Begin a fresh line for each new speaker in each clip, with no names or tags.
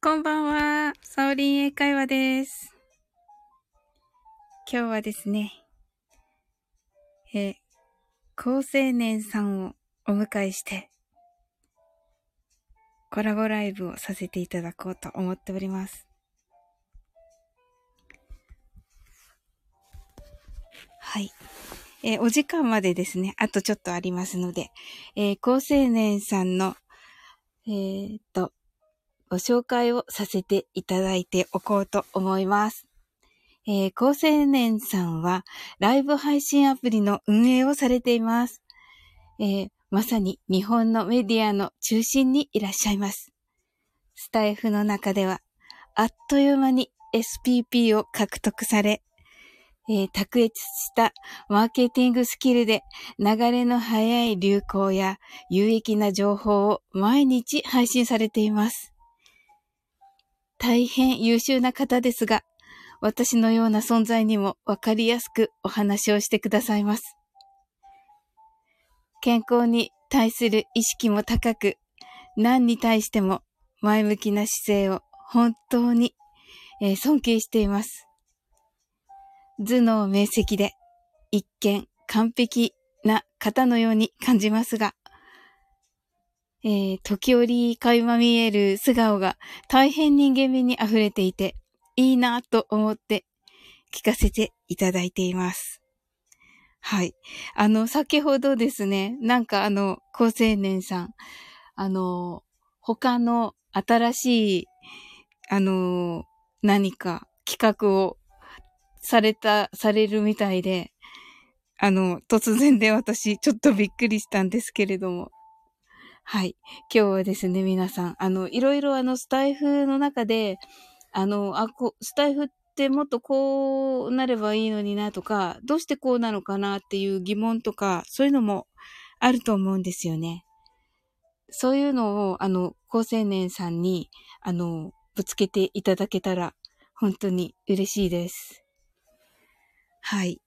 こんばんは。サオリン英会話です。今日はですね、え、高青年さんをお迎えして、コラボライブをさせていただこうと思っております。はい。えーお時間までですね、あとちょっとありますので、えー高青年さんの、えーっと、ご紹介をさせていただいておこうと思います。えー、高青年さんはライブ配信アプリの運営をされています。えーまさに日本のメディアの中心にいらっしゃいます。スタイフの中ではあっという間に SPP を獲得され、えー卓越したマーケティングスキルで流れの速い流行や有益な情報を毎日配信されています。大変優秀な方ですが、私のような存在にもわかりやすくお話をしてくださいます。健康に対する意識も高く、何に対しても前向きな姿勢を本当に、えー尊敬しています。頭脳明晰で、一見完璧な方のように感じますが、えー時折垣間見える素顔が大変人間味に溢れていて、いいなぁと思って聞かせていただいています。はい。あの、先ほどですね、なんかあの、高青年さん、あの、他の新しい、あの、何か企画をされた、されるみたいで、あの、突然で私、ちょっとびっくりしたんですけれども、はい。今日はですね、皆さん、あの、いろいろあの、スタイフの中で、あの、あ、こう、スタイフってもっとこうなればいいのになとか、どうしてこうなのかなっていう疑問とか、そういうのもあると思うんですよね。そういうのを、あの、高青年さんに、あの、ぶつけていただけたら、本当に嬉しいです。はい。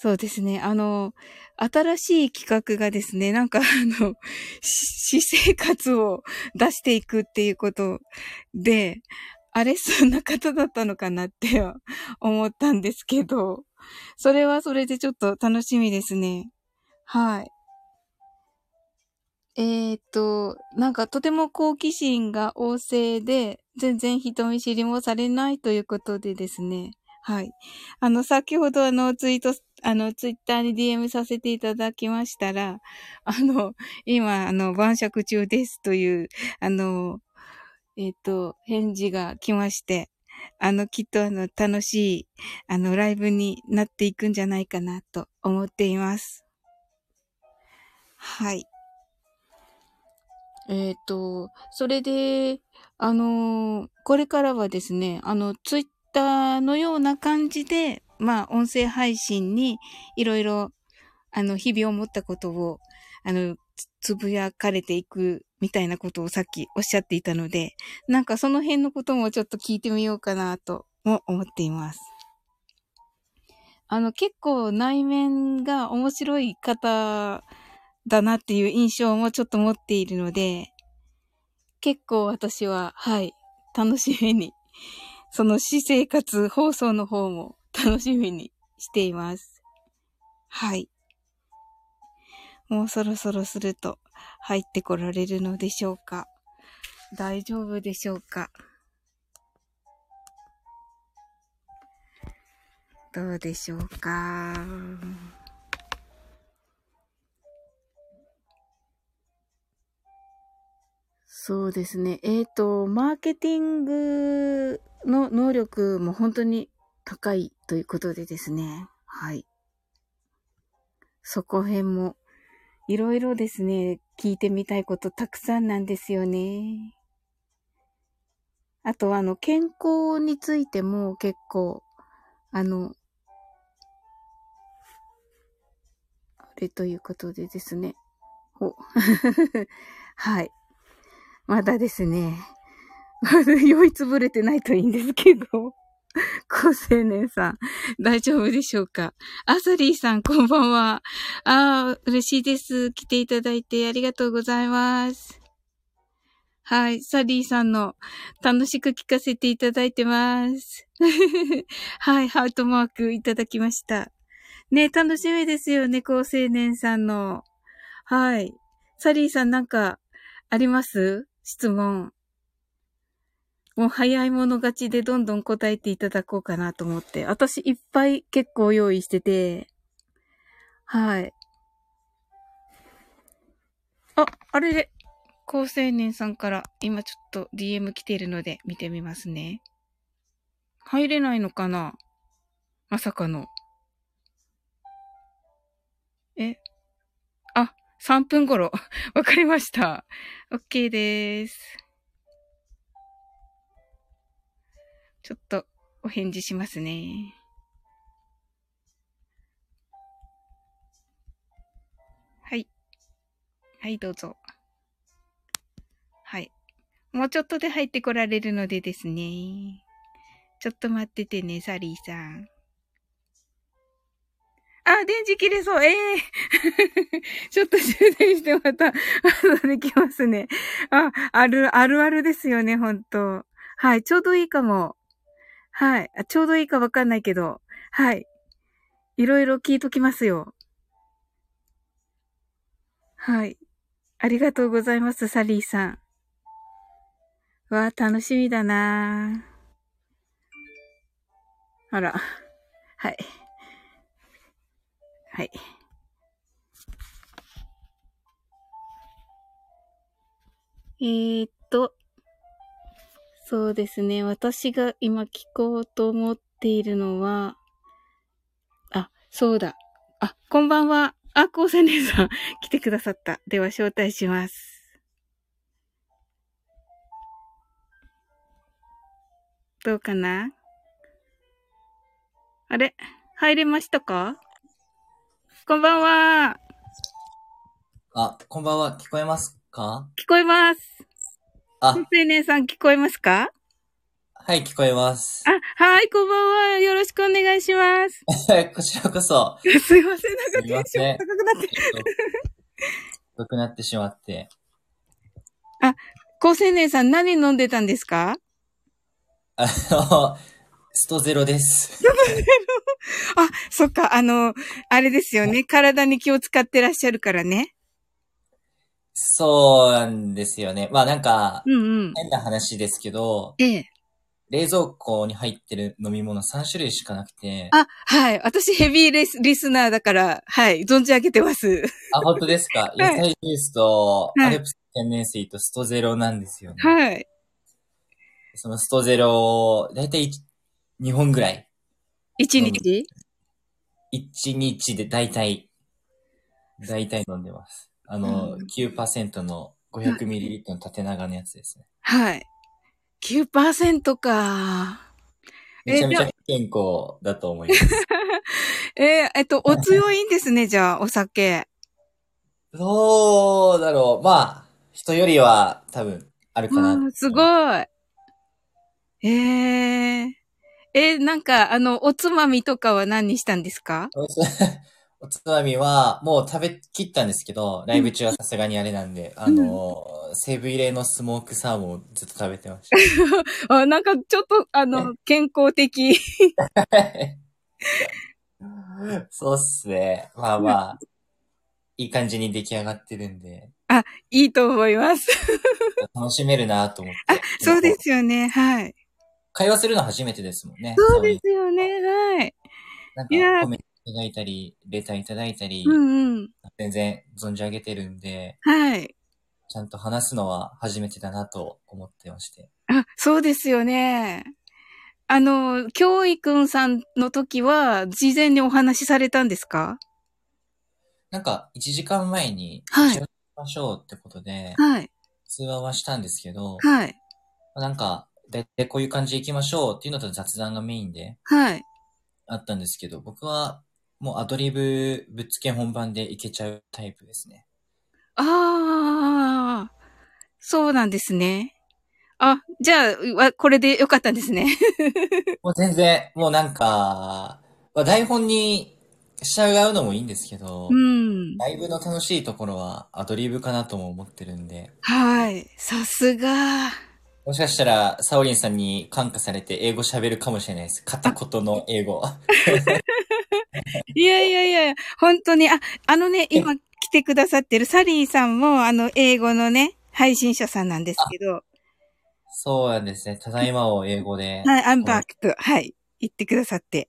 そうですね。あの、新しい企画がですね、なんかあの、し私 生活を出していくっていうことで、あれそんな方だったのかなって思ったんですけど、それはそれでちょっと楽しみですね。はい。えーっと、なんかとても好奇心が旺盛で、全然人見知りもされないということでですね。はい。あの、先ほどあの、ツイート、あの、ツイッターに DM させていただきましたら、あの、今、あの、晩酌中ですという、あの、えっ、と、返事が来まして、あの、きっとあの、楽しい、あの、ライブになっていくんじゃないかなと思っています。はい。えっ、と、それで、あのーこれからはですね、あの、ツイッターのような感じで、まあ、音声配信にいろいろ、あの、日々思ったことを、あの、つつぶやかれていくみたいなことをさっきおっしゃっていたので、なんかその辺のこともちょっと聞いてみようかなとも思っています。あの、結構内面が面白い方だなっていう印象もちょっと持っているので、結構私は、はい、楽しみに、その私生活放送の方も楽しみにしています。はい。もうそろそろすると入ってこられるのでしょうか大丈夫でしょうかどうでしょうかそうですね。えっ、と、マーケティングの能力も本当に高いということでですね。はい。そこ辺もいろいろですね、聞いてみたいことたくさんなんですよね。あとは、あの、健康についても結構、あの、あれということでですね。お、 はい。まだですね。 酔いつぶれてないといいんですけど。高青年さん、大丈夫でしょうかアサリーさん、こんばんは。ああ、嬉しいです。来ていただいてありがとうございます。はい。サリーさんの楽しく聞かせていただいてます。 はい。ハートマークいただきました。ね、楽しみですよね。高青年さんの。はい。サリーさんなんかあります質問。もう早い者勝ちでどんどん答えていただこうかなと思って。私いっぱい結構用意してて。はい。あ、あれれ。高青年さんから今ちょっと DM 来てるので見てみますね。入れないのかなまさかの。えあ、3分頃。 わかりました。OK です。ちょっとお返事しますね。はい。はい、どうぞ。はい。もうちょっとで入ってこられるのでですね。ちょっと待っててね、サリーさん。あ、電池切れそう。ええ ちょっと充電してまた、あの、できますね。あ、ある、あるあるですよね、ほんと。はい、ちょうどいいかも。はい。あちょうどいいかわかんないけど。はい。いろいろ聞いときますよ。はい。ありがとうございます、サリーさん。わあ、楽しみだなあ。あら。はい。はい。えー、っと。そうですね。私が今聞こうと思っているのは、あ、そうだ。あ、こんばんは。あ、高専姉さん、来てくださった。では、招待します。どうかなあれ入れましたかこんばんは。
あ、こんばんは、聞こえますか
聞こえます。
あ
高、専姉さん、聞こえますか
はい、聞こえます。
あ、はい、こんばんは。よろしくお願いします。
こちらこそ、
すいません、なんか
すい
テ
ま
ンショ
せ
ン
ん
高くなって
ちょっと、遅くなってしまって。
高青年さん何飲んでたんですか
あの、ストゼロです。
あ、そっか、あの、あれですよね。体に気を使ってらっしゃるからね。
そうなんですよね。まあなんか、
うんうん。
変な話ですけど、
ええ。
冷蔵庫に入ってる飲み物3種類しかなくて、
あ、はい。私ヘビーレスリスナーだから、はい。存じ上げてます。
あ、本当ですか野菜ジュースと、
はい
アルプス天然水とストゼロなんですよね。
はい。
そのストゼロを、だいたい2本ぐらい。
一日
一日で大体、大体飲んでます。あの、
うん
9%の 500ml の縦長のやつですね。
はい。9%か。え
めちゃめち
じ
ゃ健康だと思います。
えーえっと、お強いんですね、じゃあ、お酒。
どうだろう。まあ、人よりは多分あるかな。
うんすごい。えー。えーなんか、あの、おつまみとかは何にしたんですか
おつ おつまみは、もう食べきったんですけど、ライブ中はさすがにあれなんで、あの、セブ入れのスモークサーモンをずっと食べてました。
あ、なんかちょっと、あの、健康的。
そうっすね。まあまあ、いい感じに出来上がってるんで、
いいと思います。
楽しめるなと思って。
そうで。すよね。はい。
会話するの初めてですもんね。。
そうですすよね。はい。
なん
いやー
か、コメントいただいたり、レターいただいたり、
うんうん。
全然存じ上げてるんで、
はい。
ちゃんと話すのは初めてだなと思ってまして。
あ、そうですよね。あの、教育さんの時は、事前にお話しされたんですか
なんか、1時間前に、
はい
しましょうってことで、
はい。
通話はしたんですけど、
はい。
なんか、だいたいこういう感じで行きましょうっていうのと雑談がメインで、
はい。
あったんですけど、僕はもうアドリブぶっつけ本番でいけちゃうタイプですね。
ああ、そうなんですね。あ、じゃあ、わこれでよかったんですね。
もう全然、もうなんか、まあ台本にしちゃうのもいいんですけど、
うん。
ライブの楽しいところはアドリブかなとも思ってるんで、
はい。さすが。
もしかしたら、サオリンさんに感化されて英語喋るかもしれないです。片言の英語。
いやいやいや、本当に、あ、あのね、今来てくださってるサリーさんも、あの、英語のね、配信者さんなんですけど、
そうなんですね。ただいまを英語で。
はい、アンバークと、はい、言ってくださって。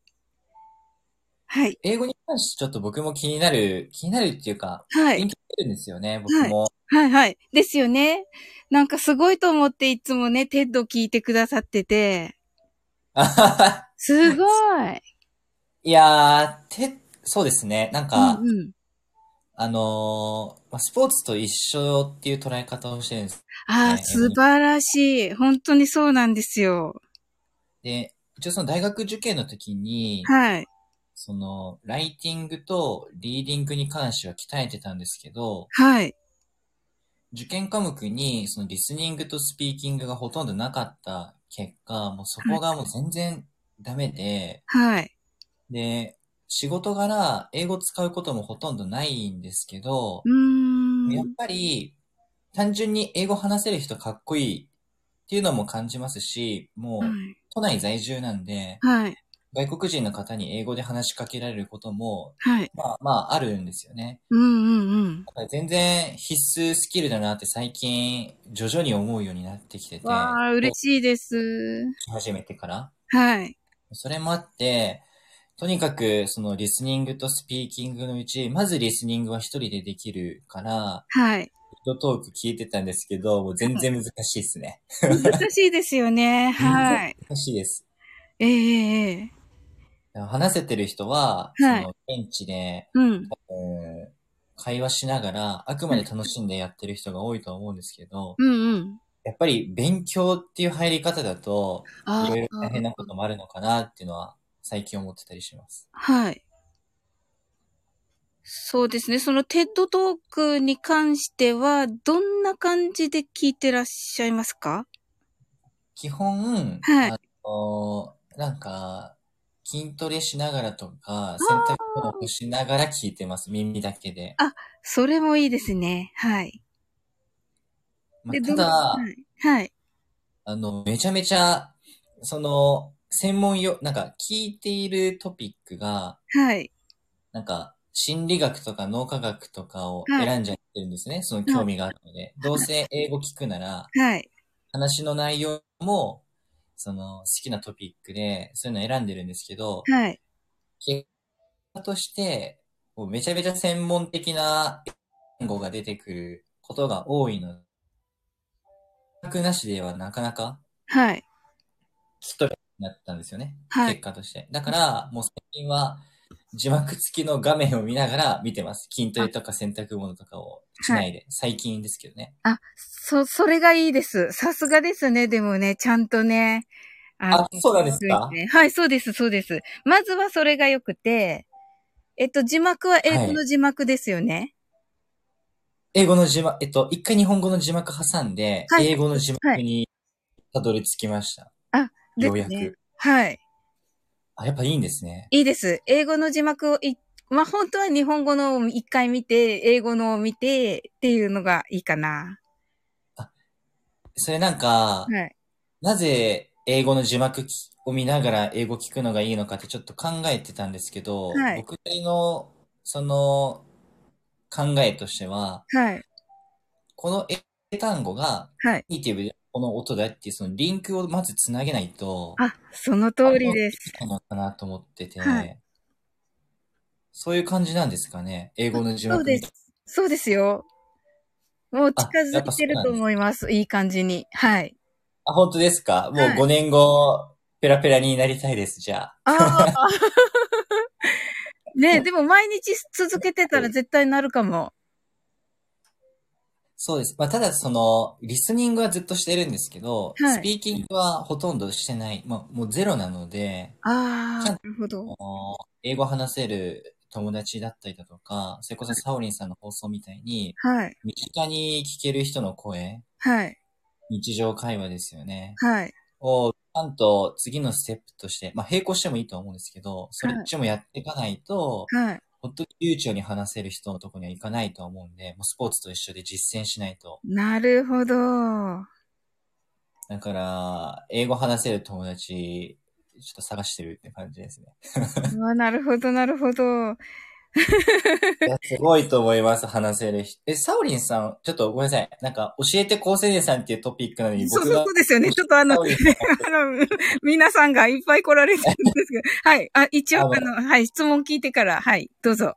はい、
英語に関してちょっと僕も気になる、気になるっていうか、
は
勉
い、
強してるんですよね、僕も。
はい、はい。ですよね。なんかすごいと思って、いつもね、テッド聞いてくださってて、
あは は
すごい。
いやー、て、そうですね。なん
う
か、
んうん。
あのーまあスポーツと一緒っていう捉え方をしてるんです。
ああ、
ね
素晴らしい。本当にそうなんですよ。
で、一応その大学受験の時に、
はい、
その、ライティングとリーディングに関しては鍛えてたんですけど、
はい、
受験科目に、そのリスニングとスピーキングがほとんどなかった結果、もうそこがもう全然ダメで、
はい、
で、仕事柄英語使うこともほとんどないんですけど
う、ー
やっ
ん、
ぱり単純に英語話せる人かっこいいっていうのも感じますし、も
は
う
い、
都内在住なんで、
はい、
外国人の方に英語で話しかけられることも、
はい、
まあまああるんですよね。
うんうんうん。
だから全然必須スキルだなって最近徐々に思うようになってきてて、
わあ、嬉しいです。
し始めてから。
はい。
それもあって、とにかく、そのリスニングとスピーキングのうち、まずリスニングは一人でできるから、
はい。
ヘッドトーク聞いてたんですけど、もう全然難しいですね。
難しいですよね。 はい。
難しいです。
ええええ
話せてる人は、
はい
その、現地で、
うん。
うん会話しながら、あくまで楽しんでやってる人が多いとは思うんですけど、
うんうん。
やっぱり勉強っていう入り方だと、い
あ
ろいろ大変
あ、
なこともあるのかなっていうのは、最近思ってたりします。
はい。そうですね。そのテッドトークに関しては、どんな感じで聞いてらっしゃいますか
基本、
はい
あの、なんか、筋トレしながらとか、洗濯物をしながら聞いてます。耳だけで。
それもいいですね。はい。
ま
で
あ、た
どん
だ、
はい。はい。
あの、めちゃめちゃ、その、専門用、なんか、聞いているトピックが、
はい。
なんか、心理学とか脳科学とかを
はい
選んじゃってるんですね。その興味があるので。どうせ英語聞くなら、
はい。
話の内容も、その、好きなトピックで、そういうの選んでるんですけど、
はい。
結果として、もうめちゃめちゃ専門的な言語が出てくることが多いの。学なしではなかなか
はい。
聞き取れなくなったんですよね。
はい
結果として。だから、もう最近は字幕付きの画面を見ながら見てます。筋トレとか洗濯物とかをしないで。最近ですけどね。
あ、そ、それがいいです。さすがですね。でもね、ちゃんとね。あ
あ、そうなんですか
ねはい、そうです、そうです。まずはそれが良くて、えっと、字幕は英語の字幕ですよね。
英語の字幕、えっと、一回日本語の字幕挟んで、
はい
英語の字幕にたどり着きました。
あ
ようや
ですね
く。
はい。
あ、やっぱいいんですね。
いいです。英語の字幕をい、まあ、本当は日本語のを一回見て、英語のを見て、っていうのがいいかな。
それなんか、
はい。
なぜ英語の字幕きを見ながら英語聞くのがいいのかってちょっと考えてたんですけど、
はい
僕なりの、その、考えとしては、
はい。
この英単語が
はい。
ネイティブでこの音だっていうそのリンクをまずつなげないと、
あ、その通りです。
いいのかなと思ってて、
はい
そういう感じなんですかね。英語の字
そう
幕
で
見
す。そうですよ。もう近
あやっ
づ
ぱ
い
そ
て
う
る
なん
と
です
思います。いい感じに。はい。
あ、本当ですかもう
はい
5年後、ペラペラになりたいです、じゃあ。
ああ。ねえでも毎日続けてたら絶対なるかも。
そうです。まあ、ただその、リスニングはずっとしてるんですけど、
はい
スピーキングはほとんどしてない。まあ、もうゼロなので、
ああ、
ちゃ
なんるほど。
もう英語話せる友達だったりだとか、それこそサオリンさんの放送みたいに、
はい、
身近に聞ける人の声、
はい、
日常会話ですよね。
はい、
を、ちゃんと次のステップとして、まあ、並行してもいいと思うんですけど、それっちもやっていかないと、
はい。
本当に悠長に話せる人のとこには行かないとは思うんで、もうスポーツと一緒で実践しないと。
なるほ ど。
だから、英語話せる友達、ちょっと探してるって感じ ですね。
うわなるほど、なるほど。
いやすごいと思います、話せる人。え、サオリンさん、ちょっとごめんなさい。なんか、教えて高生さんっていうトピックなのに、
そうそ
僕
う
が
そうですよね。ちょっとあの、あ
サオリンさん
の、 皆さんがいっぱい来られてるんですけど、 はい。あ、一応、あ
あ
の、はい、質問聞いてから、はい、どうぞ。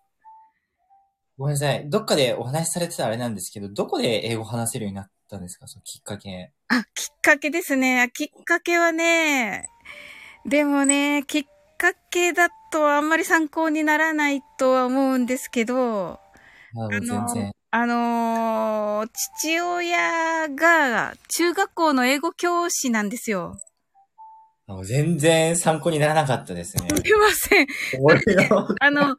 ごめんなさい。どっかでお話しされてたあれなんですけど、どこで英語話せるようになったんですかそのきっかけ。
あ、きっかけですね。あきっかけはね、でもね、きっかけだとあんまり参考にならないとは思うんですけど、
あの
あ
全
の
然。
あのー父親が中学校の英語教師なんですよ。
あの全然参考にならなかったです ね。
すいません。
俺 の。
あの、
はいど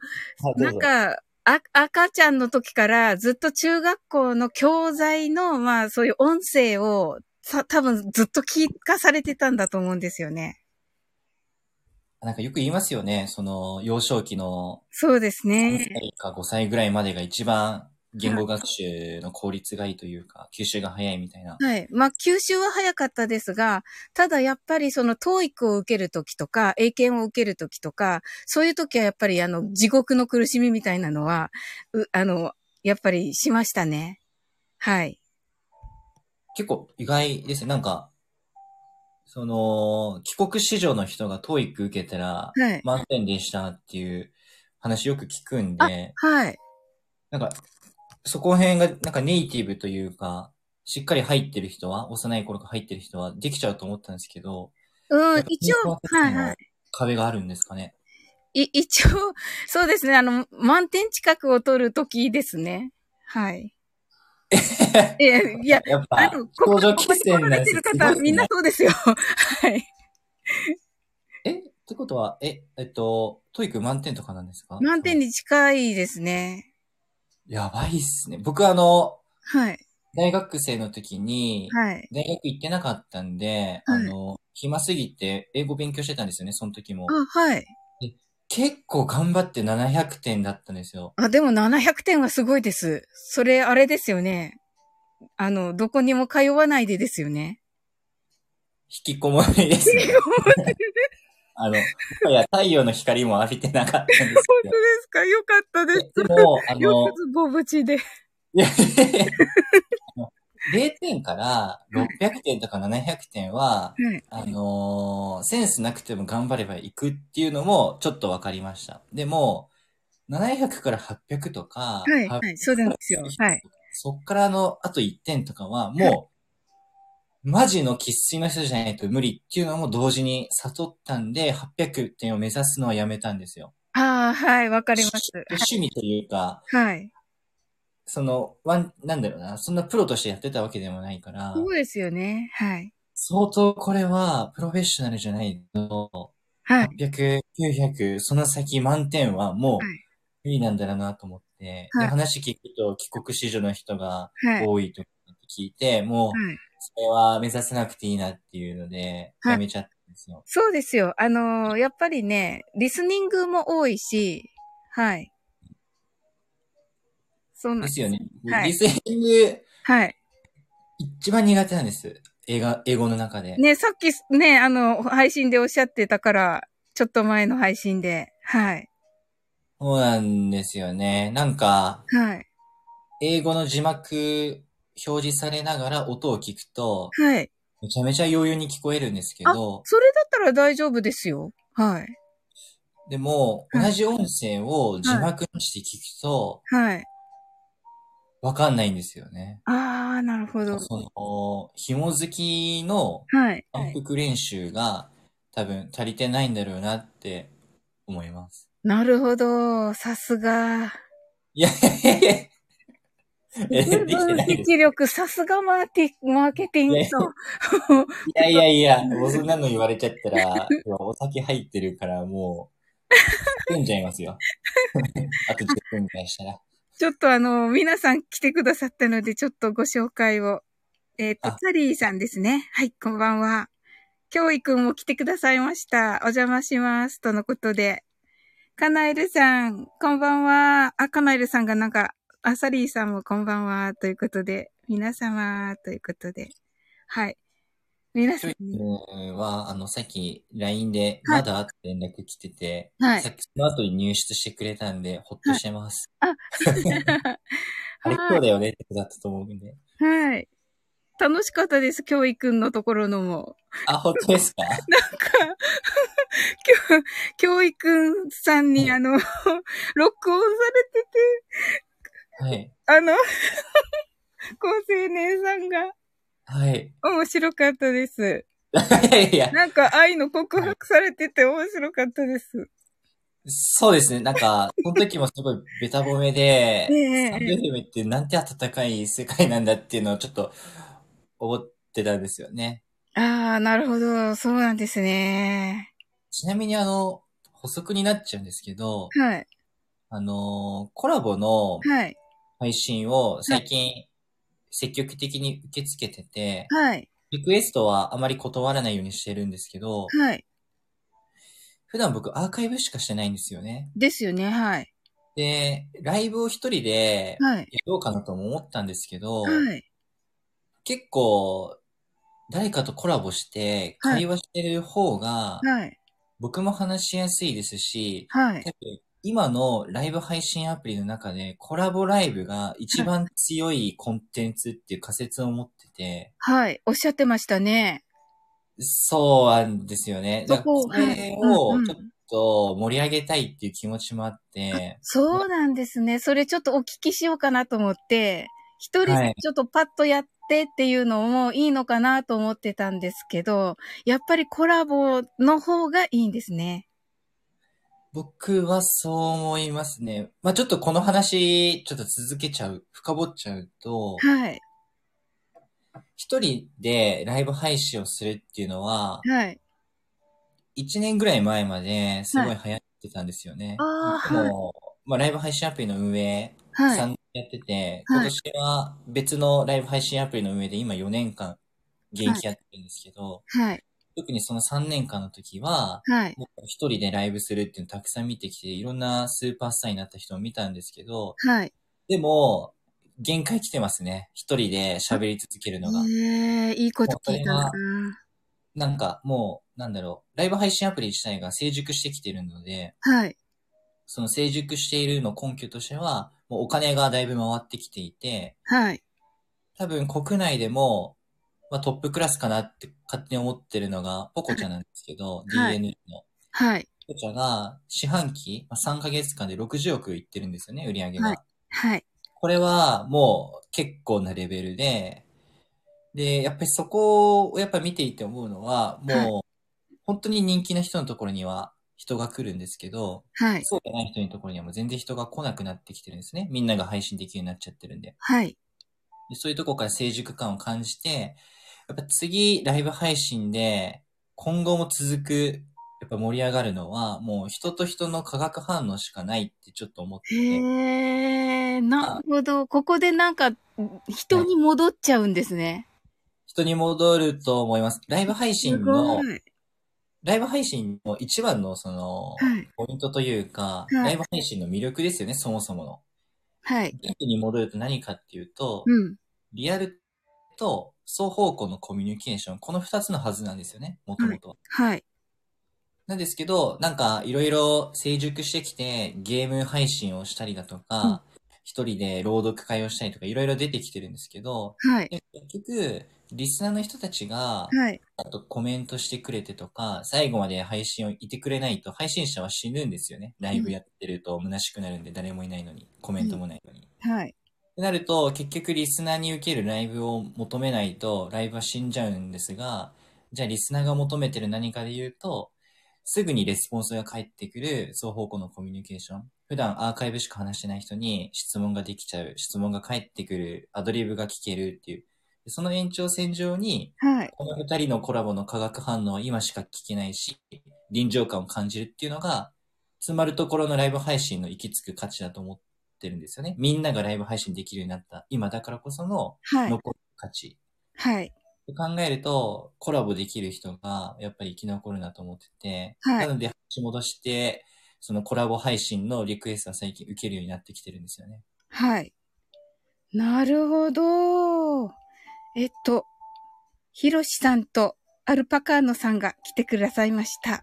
う
な
ぞ
んか、あ、赤ちゃんの時からずっと中学校の教材の、まあそういう音声を、さ、多分ずっと聞かされてたんだと思うんですよね。
なんかよく言いますよね。その、幼少期の
そうです
3
ね。
歳か5歳ぐらいまでが一番言語学習の効率がいいというか、吸収が早いみたいな。
はい。まあ、吸収は早かったですが、ただやっぱりその TOEIC を受けるときとか、英検を受けるときとか、そういうときはやっぱりあの、地獄の苦しみみたいなのは、う、あの、やっぱりしましたね。はい。
結構意外ですね。なんか、その、帰国子女の人が TOEIC 受けたら
はい。
満点でしたっていう話よく聞くんで、
はい。
なんか、そこら辺がなんかネイティブというか、しっかり入ってる人は、幼い頃から入ってる人はできちゃうと思ったんですけど、
うん、一応、
は
はい
い
はい。
壁があるんですかね。
い、 一応、そうですね。あの、満点近くを取るときですね。はい。いや、いや、
やっ
あ
ぱ
の、、ここ、
工場
ここ
喫
に来
煙
ら
なん
れ
で
て
す
る
すごい
方、
っす
みんな
ね
そうですよ。はい。
えってことは、え、えっと、トイック満点とかなんですか
満点に近いですね。
やばいっすね。僕あの、
はい。
大学生の時に、
はい。
大学行ってなかったんで、
は
あ
い
の、暇すぎて英語勉強してたんですよね、その時も。
あ、はい。
結構頑張って700点だったんですよ。
あ、でも700点はすごいです。それ、あれですよね。あの、どこにも通わないでですよね。
引きこもりですね。あの、いや、太陽の光も浴びてなかったんですけ
本当ですかよかったで
ど。
す。
でも、あ
よ
の
く、ぞご無事で。
いやあの0点から600点とか700点は、
はい。
あのーセンスなくても頑張ればいくっていうのもちょっとわかりました。でも、700から800とか、
はい。はい。そうなんですよ。はい。
そっからのあと1点とかは、もう、マジの喫水の人じゃないと無理っていうのも同時に悟ったんで、800点を目指すのはやめたんですよ。
ああ、はい。わかります。
趣味というか、
はい。
その、ワン、なんだろうな、そんなプロとしてやってたわけでもないから、
そうですよね。はい。
相当これはプロフェッショナルじゃないと、
はい。
800、900、その先満点はもう
はい
無理なんだろうなと思って、
はい
で話聞くと帰国子女の人が
はい。はい。
多いと聞いて、もうそれは目指せなくていいなっていうので、
はい
やめちゃったんですよ。
そうですよ。あのーやっぱりね、リスニングも多いし、はい。そうなん
ですよね。
はい
リスニング
はい。
一番苦手なんです。英語英語の中で。
ね、さっきね、あの、配信でおっしゃってたから、ちょっと前の配信で。はい。
そうなんですよね。なんか、
はい。
英語の字幕表示されながら音を聞くと、
はい。
めちゃめちゃ余裕に聞こえるんですけど、
それだったら大丈夫ですよ。はい。
でも、
はい
同じ音声を字幕にして聞くと、
はい。
わかんないんですよね。
あー、なるほど。
その、紐付きの
はい。
反復練習が多分足りてないんだろうなって思います。
なるほど。さすが。
いや、え、で きて
分
ないです。
析力、さすがマーティ、マーケティングさん。
いやいやいや、もうそんなの言われちゃったら、今お酒入ってるからもう、飲んじゃいますよ。 あと10分ぐらいしたら。
ちょっとあの、皆さん来てくださったので、ちょっとご紹介を。えっ、と、
あ
サリーさんですね。はい、こんばんは。教育も来てくださいました。お邪魔します。とのことで。カナエルさん、こんばんは。あ、カナエルさんがなんか、アサリーさんもこんばんは、ということで、皆様、ということで。はい。皆
チョ
さん
イ、スは、あの、さっき LINE で、
はい
まだって連絡来てて、
はい
さっきその後に入室してくれたんで、ほっとしてます。あれ、今日
は
だよねってことだったと思うんで。
い。 はい。楽しかったです、教育のところのも。
あ、本当ですか
なんか、 教育さんにあの、 録音されてて、
はい。
あの、 高青年さんが
はい。
面白かったです。
い やいや、
なんか愛の告白されてて面白かったです。
そうですね。なんか、その時もすごいベタ褒めで、
ええ
サンド FM ってなんて温かい世界なんだっていうのをちょっと思ってたんですよね。
ああ、なるほど。そうなんですね。
ちなみにあの、補足になっちゃうんですけど、
はい。
あの、コラボの
はい。
配信を最近積極的に受け付けてて、
はい。
リクエストはあまり断らないようにしてるんですけど、
はい。
普段僕アーカイブしかしてないんですよね。
ですよね。はい。
で、ライブを一人で
はい。
やろうかなとも思ったんですけど、
はい。
結構、誰かとコラボして
はい
会話してる方が、
はい。
僕も話しやすいですし、
はい。
多分今のライブ配信アプリの中でコラボライブが一番強いコンテンツっていう仮説を持ってて、
はい。おっしゃってましたね。
そうなんですよね。
そ
だから
こ
これ
は
を
い
ちょっと盛り上げたいっていう気持ちもあって、
そうなんですね。それちょっとお聞きしようかなと思って、一人
はい
ちょっとパッとやってっていうのもいいのかなと思ってたんですけど、やっぱりコラボの方がいいんですね。
僕はそう思いますね。まあちょっとこの話、ちょっと続けちゃう、深掘っちゃうと、
はい。
一人でライブ配信をするっていうのは、
はい。
一年ぐらい前まですごい流行ってたんですよね。
あー
でもまあ、ライブ配信アプリの運営
は
さ
い。
んやってて、今年は別のライブ配信アプリの運営で今4年間現役やってるんですけど、
はい。
特にその3年間の時は、
はい。
僕は一人でライブするっていうのをたくさん見てきて、いろんなスーパースターになった人を見たんですけど、
はい。
でも、限界来てますね。一人で喋り続けるのが。
ええいいこと聞いたな
こ。なんかもう、なんだろう、ライブ配信アプリ自体が成熟してきてるので、
はい。
その成熟しているの根拠としては、もうお金がだいぶ回ってきていて、
はい。
多分国内でも、まあ、トップクラスかなって勝手に思ってるのが、ポコちゃんなんですけど、
はい
DNA の。
はい。
ポコちゃんが四半期、まあ、3ヶ月間で60億いってるんですよね、売り上げが。
はいはい。
これはもう結構なレベルで、で、やっぱりそこをやっぱ見ていて思うのは、もう本当に人気な人のところには人が来るんですけど、
はい。
そうじゃない人のところにはもう全然人が来なくなってきてるんですね。みんなが配信できるようになっちゃってるんで。
はい。
でそういうとこから成熟感を感じて、やっぱ次ライブ配信で今後も続く、やっぱ盛り上がるのは、もう人と人の化学反応しかないってちょっと思って
へ
て、
え、なるほど。ここでなんか、人に戻っちゃうんですね。
人に戻ると思います。ライブ配
す
信の
ご、い。
ライブ配信の一番のその、
はい。
ポイントというか、
い
ライブ配信の魅力ですよね、そもそもの。
はい。
元気に戻ると何かっていうと、
うん。
リアルと双方向のコミュニケーション、この二つのはずなんですよね、もともとは。
はい。
なんですけど、なんかいろいろ成熟してきて、ゲーム配信をしたりだとか、一人で朗読会をしたりとか、いろいろ出てきてるんですけど、
はい。
でも結局、リスナーの人たちが、
はい。
あとコメントしてくれてとか、最後まで配信をいてくれないと、配信者は死ぬんですよね。ライブやってると虚しくなるんで、誰もいないのに、コメントもないのに。っ
はい。
てなると、結局リスナーに受けるライブを求めないと、ライブは死んじゃうんですが、じゃあリスナーが求めてる何かで言うと、すぐにレスポンスが返ってくる双方向のコミュニケーション。普段アーカイブしか話してない人に質問ができちゃう、質問が返ってくる、アドリブが聞けるっていう。でその延長線上に、
はい。
この二人のコラボの化学反応は今しか聞けないし、臨場感を感じるっていうのが、詰まるところのライブ配信の行き着く価値だと思ってるんですよね。みんながライブ配信できるようになった今だからこその
はい。
残る価値。
はい。
で考えると、コラボできる人がやっぱり生き残るなと思ってて、
はい
なので、話戻して、そのコラボ配信のリクエストは最近受けるようになってきてるんですよね。
はい。なるほど。えっと、ひろしさんとアルパカーノさんが来てくださいました。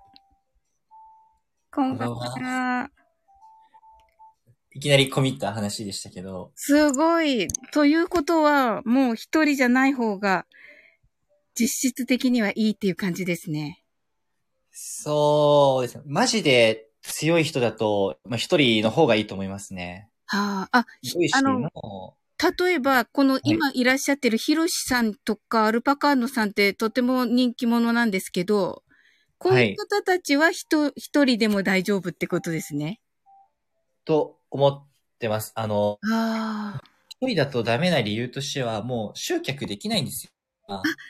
こんばん
こん
は。
いきなりコミッた話でしたけど、
すごい。ということは、もう一人じゃない方が、実質的にはいいっていう感じですね。
そうですね。マジで強い人だと、まあ、一人の方がいいと思いますね。
はあ。あ、ひ
強い人
あの
の、
例えば、この
い
今いらっしゃってるヒロシさんとかアルパカーノさんってとても人気者なんですけど、こう
はい
いう方たちは人、一人でも大丈夫ってことですね。
と思ってます。あの、
ああ。
一人だとダメな理由としては、もう集客できないんですよ。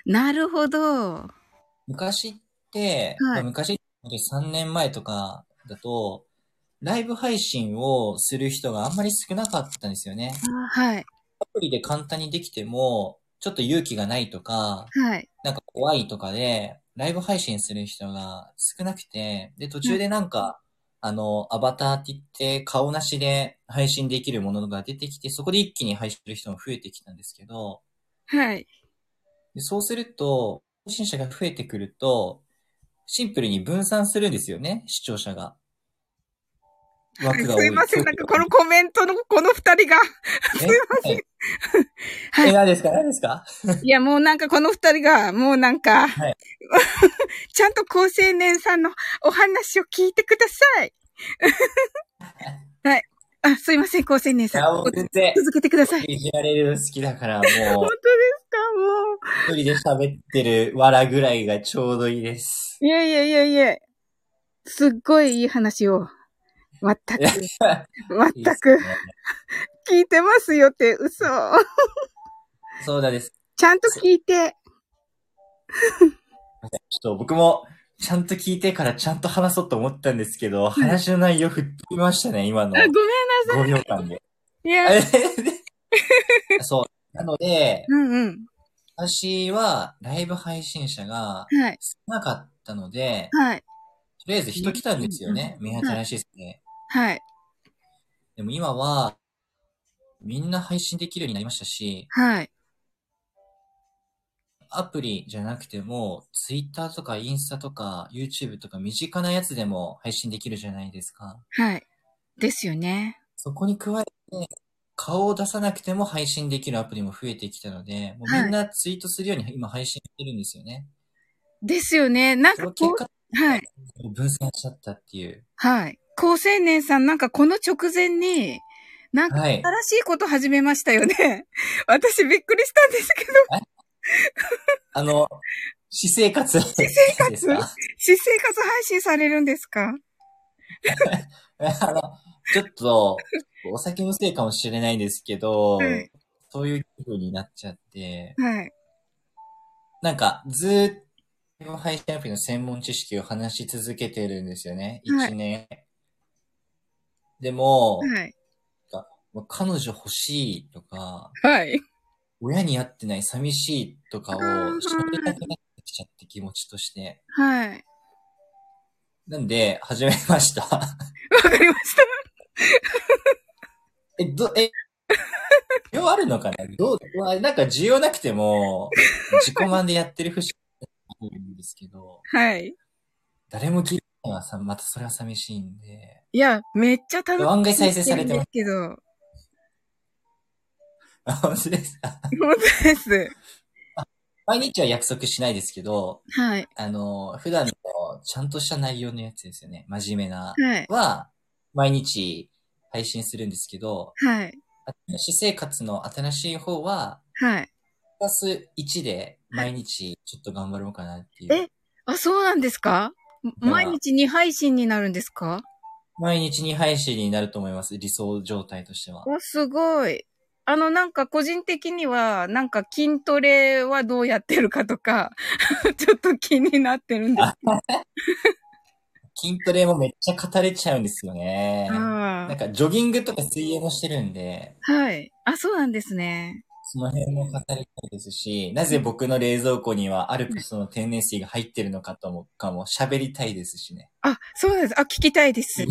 なるほど。
昔って、
はい
まあ昔、3年前とかだと、ライブ配信をする人があんまり少なかったんですよね。
はい。
アプリで簡単にできても、ちょっと勇気がないとか、
はい。
なんか怖いとかで、ライブ配信する人が少なくて、で、途中でなんか、あの、アバターって言って、顔なしで配信できるものが出てきて、そこで一気に配信する人も増えてきたんですけど、
はい。
でそうすると、配信者が増えてくると、シンプルに分散するんですよね、視聴者が。枠が多
すいません。なんかこのコメントのこの二人が。
すいません。え、何ですか何ですか
いや、もうなんかこの二人が、もうなんか、
はい
ちゃんと高青年さんのお話を聞いてくださ い。はい。あ、すいません、高青年
い
さん。
や、もう
続
全然、
けてください。
いじられるの好きだから、もう
本当、ですかもう。
一人で喋ってるわらぐらいがちょうどいいです。
いやいやいやいや。すっごいいい話を。まったく
いや、いいで
全
す
く
ね
聞いてますよって嘘。
そうなんです。
ちゃんと聞いて。
ちょっと僕も、ちゃんと聞いてからちゃんと話そうと思ったんですけど、話の内容吹っ飛びましたね、今の
あごめんな
5秒間で。
いや。
そう。なので、
うんうん。
私はライブ配信者が
はい。
少なかったので、
はい。
とりあえず人来たんですよね。見晴らしいですね。
はい。
でも今は、みんな配信できるようになりましたし、
はい。
アプリじゃなくても、Twitter とかインスタとか YouTube とか身近なやつでも配信できるじゃないですか。
はい。ですよね。
そこに加えて、顔を出さなくても配信できるアプリも増えてきたので、もうみんなツイートするように今配信してるんですよね。
ですよね。なん
その
か
結
こ
果、
う、はい。
分散しちゃったっていう。
はい。高青年さん、なんかこの直前に、なんか
はい。
新しいこと始めましたよね。 私びっくりしたんですけど、
あの、私生活。私生活ですか
私生活配信されるんですか
あの、ちょっと、お酒のせいかもしれないんですけど、
はい
そういう気分になっちゃって、
はい。
なんか、ずーっと配信アプリの専門知識を話し続けてるんですよね。一
はい
年。でも、
はい。
もう彼女欲しいとか、
はい。
親に会ってない寂しいとか
あ
を、ちょ
ー
っと喋りたくなってきちゃって気持ちとして。
はい。
なんで、始めました。
わかりまし
え、ど、え、 需要あるのかなどう、まあ、なんか需要なくても、自己満でやってる節があるんですけど、
た。はい。
誰も聞いてないのはさ、またそれは寂しいんで、
いや、めっちゃ楽し
案外
み
再
に
生
して
さ
る
れ
ん
て
で
ますす。
けど。
あ本当ですか
本当です。
毎日は約束しないですけど、
はい。
あの、普段のちゃんとした内容のやつですよね。真面目な。
はい。
は、毎日配信するんですけど、
はい。
私生活の新しい方は、
はい。
プラス1で毎日ちょっと頑張ろうかなっていう。
えあ、そうなんですか毎日2配信になるんですか
毎日2配信になると思います。理想状態としては。
お、すごい。あの、なんか個人的には、なんか筋トレはどうやってるかとか、 ちょっと気になってるんです
筋トレもめっちゃ語れちゃうんですよね
け。ど。
なんかジョギングとか水泳もしてるんで、
はい。あ、そうなんですね。
その辺も語りたいですし、なぜ僕の冷蔵庫にはアルプスの天然水が入ってるのかとも、かも喋りたいですしね。
あ、そうなんです。あ、聞きたい です。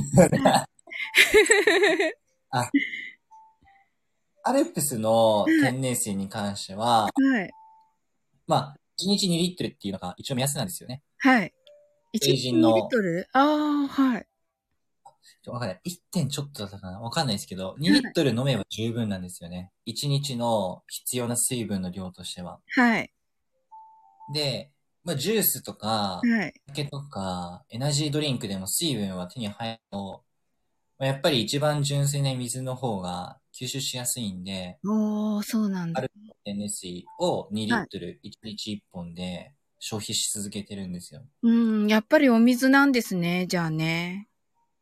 アルプスの天然水に関しては、
はい。
まあ、1日2リットルっていうのが一応目安なんですよね。
はい。1
成
日
人の
2リットルああ、はい。
ちょわかんない。1点ちょっとだったかなわかんないですけど、2リットル飲めば十分なんですよね。1日の必要な水分の量としては。
はい。
で、まあ、ジュースとか、
はい。
酒とか、エナジードリンクでも水分は手に入ると、まあやっぱり一番純粋な水の方が吸収しやすいんで、
おー、そうなんだ
あ。る天然水を2リットル1日1本で消費し続けてるんですよ。
うん、やっぱりお水なんですね、じゃあね。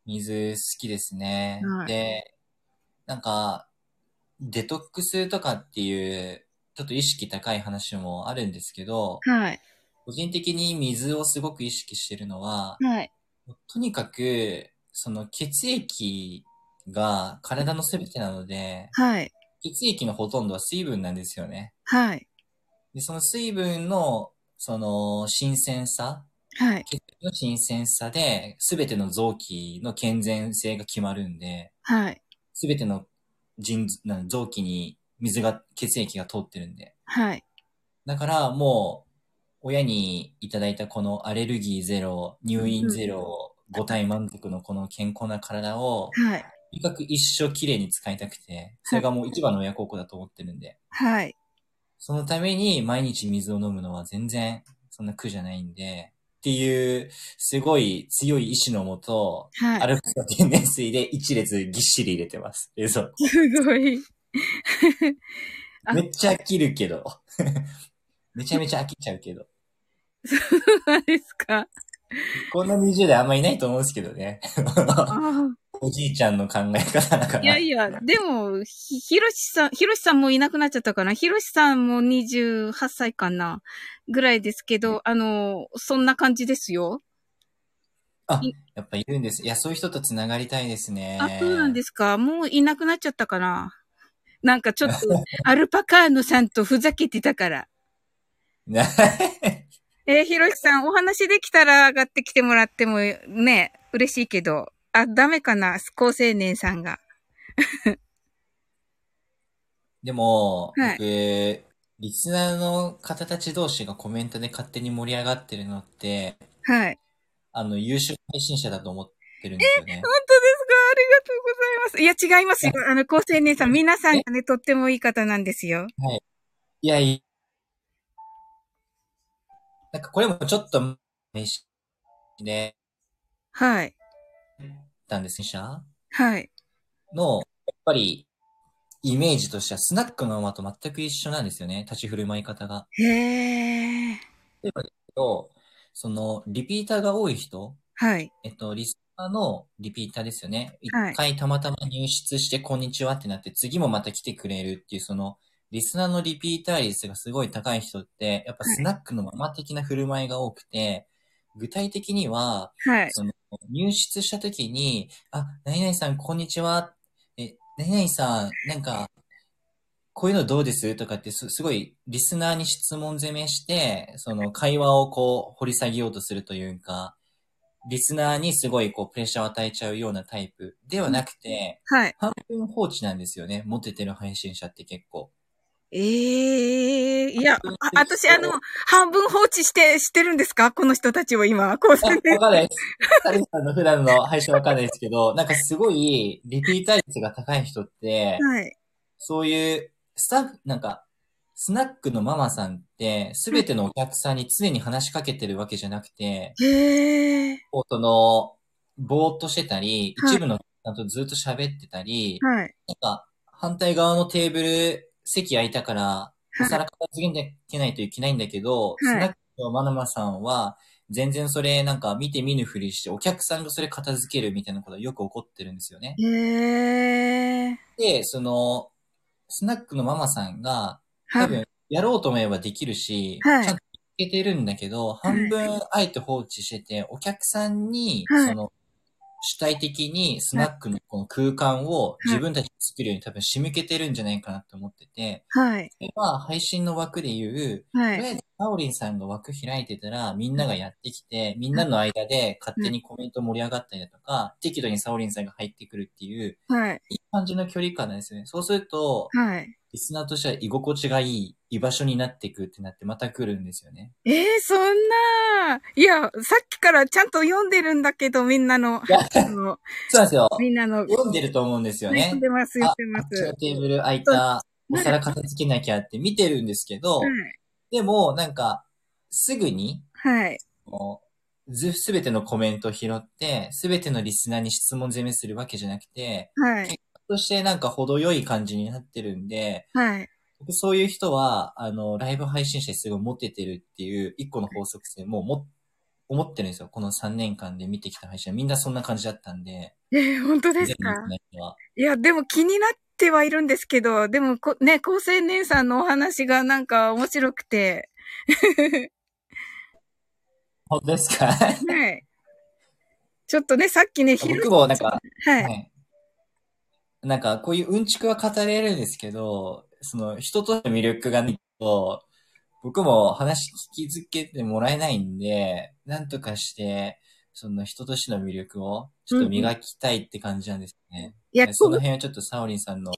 水好きですね。
はい
で、なんか、デトックスとかっていう、ちょっと意識高い話もあるんですけど、
はい。
個人的に水をすごく意識してるのは、
はい。
とにかく、その血液が体のすべてなので、
はい。
血液のほとんどは水分なんですよね。
はい。
で、その水分の、その、新鮮さ、
はい。
血液の新鮮さで、すべての臓器の健全性が決まるんで、
はい。
すべての腎なん臓器に水が、血液が通ってるんで。
はい。
だからもう、親にいただいたこのアレルギーゼロ、入院ゼロ、五体満足のこの健康な体を、
はい。
とにかく一生綺麗に使いたくて、それがもう一番の親孝行だと思ってるんで、
はい。
そのために毎日水を飲むのは全然そんな苦じゃないんで、っていう、すごい強い意志のもと、ア
はい。
ルプスの天然水で一列ぎっしり入れてます。冷蔵庫
すごい。あ
めっちゃ飽きるけど。 めちゃめちゃ飽きちゃうけど。
そうなんですか。
こんな20代あんまいないと思うんですけどね。
あ
おじいちゃんの考え方だか
あ。い
ら
や。いや、でも、ひ、ひろしさん、ひろしさんもいなくなっちゃったかな。ひろしさんも28歳かな。ぐらいですけど、あの、そんな感じですよ。
やっぱいるんです。いや、そういう人と繋がりたいですね。
あ、そうなん ですか。もういなくなっちゃったかな。なんかちょっと、 アルパカーノさんとふざけてたから。
な
えーひろしさん、お話できたら上がってきてもらってもね、嬉しいけど。あ、ダメかな高青年さんが。
でも、
はい
僕、リスナーの方たち同士がコメントで勝手に盛り上がってるのって、
はい。
あの、優秀配信者だと思ってるんですよね
本当ですか。ありがとうございます。いや、違いますよ。あの、高青年さん、皆さんがね、とってもいい方なんですよ。
いや、いい。なんかこれもちょっと、飯で、
はい。
たんですね、社
はい。
の、やっぱり、イメージとしては、スナックのママと全く一緒なんですよね、立ち振る舞い方が。
へー。
例えばですけど、その、リピーターが多い人、
はい。
えっと、リスナーのリピーターですよね。一
はい
回たまたま入室して、こんにちはってなって、次もまた来てくれるっていう、その、リスナーのリピーター率がすごい高い人って、やっぱ
はい
スナックのママ的な振る舞いが多くて、具体的には、
はい。
その、入室した時に、あ、何々さん、こんにちは。え、何々さん、なんか、こういうのどうですとかってす、すごい、リスナーに質問攻めして、その、会話をこう、掘り下げようとするというか、リスナーにすごい、こう、プレッシャーを与えちゃうようなタイプではなくて、
はい。
半分放置なんですよね。モテてる配信者って結 構。
ええいや、あ私、あの、半分放置して、してるんですかこの人たちを今、高
あ
青年
わかんないです。サリさんの普段の配信わかんないですけど、なんかすごい、リピーター率が高い人って、
はい。
そういう、スタッフ、なんか、スナックのママさんって、すべてのお客さんに常に話しかけてるわけじゃなくて、
へえ。
こうその、ぼーっとしてたり、
はい
一部のお客さんとずっと喋ってたり、
はい。
なんか、反対側のテーブル、席空いたから、お
はい。
皿片付けなきゃないといけないんだけど、
い
スナックのママさんは、全然それなんか見て見ぬふりして、お客さんがそれ片付けるみたいなことがよく起こってるんですよね。
へえ。
で、その、スナックのママさんが、
は
多
い。
分、やろうと思えばできるし、
はい
ちゃんといけてるんだけど、半分あえて放置してて、お客さんに、
はい
その、主体的にスナックのこの空間を自分たちで作るように多分仕向けてるんじゃないかなと思ってて、
はい。
それは配信の枠でいう、
は
とり
い。
あえず、カオリンさんが枠開いてたら、みんながやってきて、みんなの間で勝手にコメント盛り上がったりだとか、適度にサオリンさんが入ってくるっていう、
はい。
いい感じの距離感なんですよね。そうすると、
はい。
リスナーとしては居心地がいい居場所になっていくってなって、また来るんですよね。
えー、そんな、いや、さっきからちゃんと読んでるんだけど、みんなの、 あの
そうなんですよ。
みんなの、
読んでると思うんですよね
読ん。でます、読
あ
んでま
あっちの
す。
テーブル空いた、お皿片付けなきゃって見てるんですけど、でも、なんか、すぐに、
はい。はい。
こうず、すべてのコメントを拾って、すべてのリスナーに質問攻めするわけじゃなくて、
はい。
そしてなんか程よい感じになってるんで、
はい。
僕そういう人は、あの、ライブ配信者にすごいモテてるっていう一個の法則性もも、思ってるんですよ。この3年間で見てきた配信はみんなそんな感じだったんで。
えー、本当です
全
か
部見てない人はい
や、でも気になってはいるんですけど、でもこ、ね、高青年さんのお話がなんか面白くて、
本当で すか
はい。ちょっとね、さっきね、ひ
僕
ろ
もなんか、
はい。
はい。なんか、こういううんちくは語れるんですけど、その、人との魅力がないと、僕も話聞き付けてもらえないんで、なんとかして、その人としての魅力をちょっと磨きたいって感じなんですね。
いや、
その
こ
辺はちょっとサオリンさんの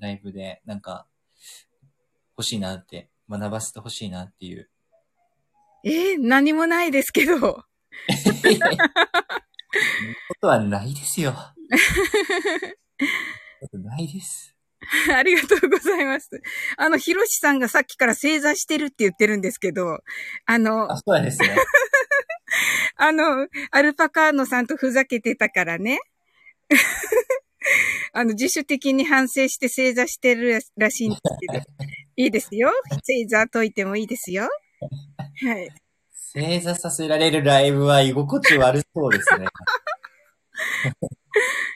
ライブで、なんか、欲しいなって、学ばせてほしいなって いう。
えー何もないですけど。
そんなことはないですよ。ないです。
ありがとうございます。あの、ひろしさんがさっきから正座してるって言ってるんですけど、あの
あ、、そうなんですね。
あの、アルパカーノさんとふざけてたからね。 あの、自主的に反省して正座してるらしいんですけど。いいですよ。正座解いてもいいですよ。はい。
正座させられるライブは居心地悪そうです ね。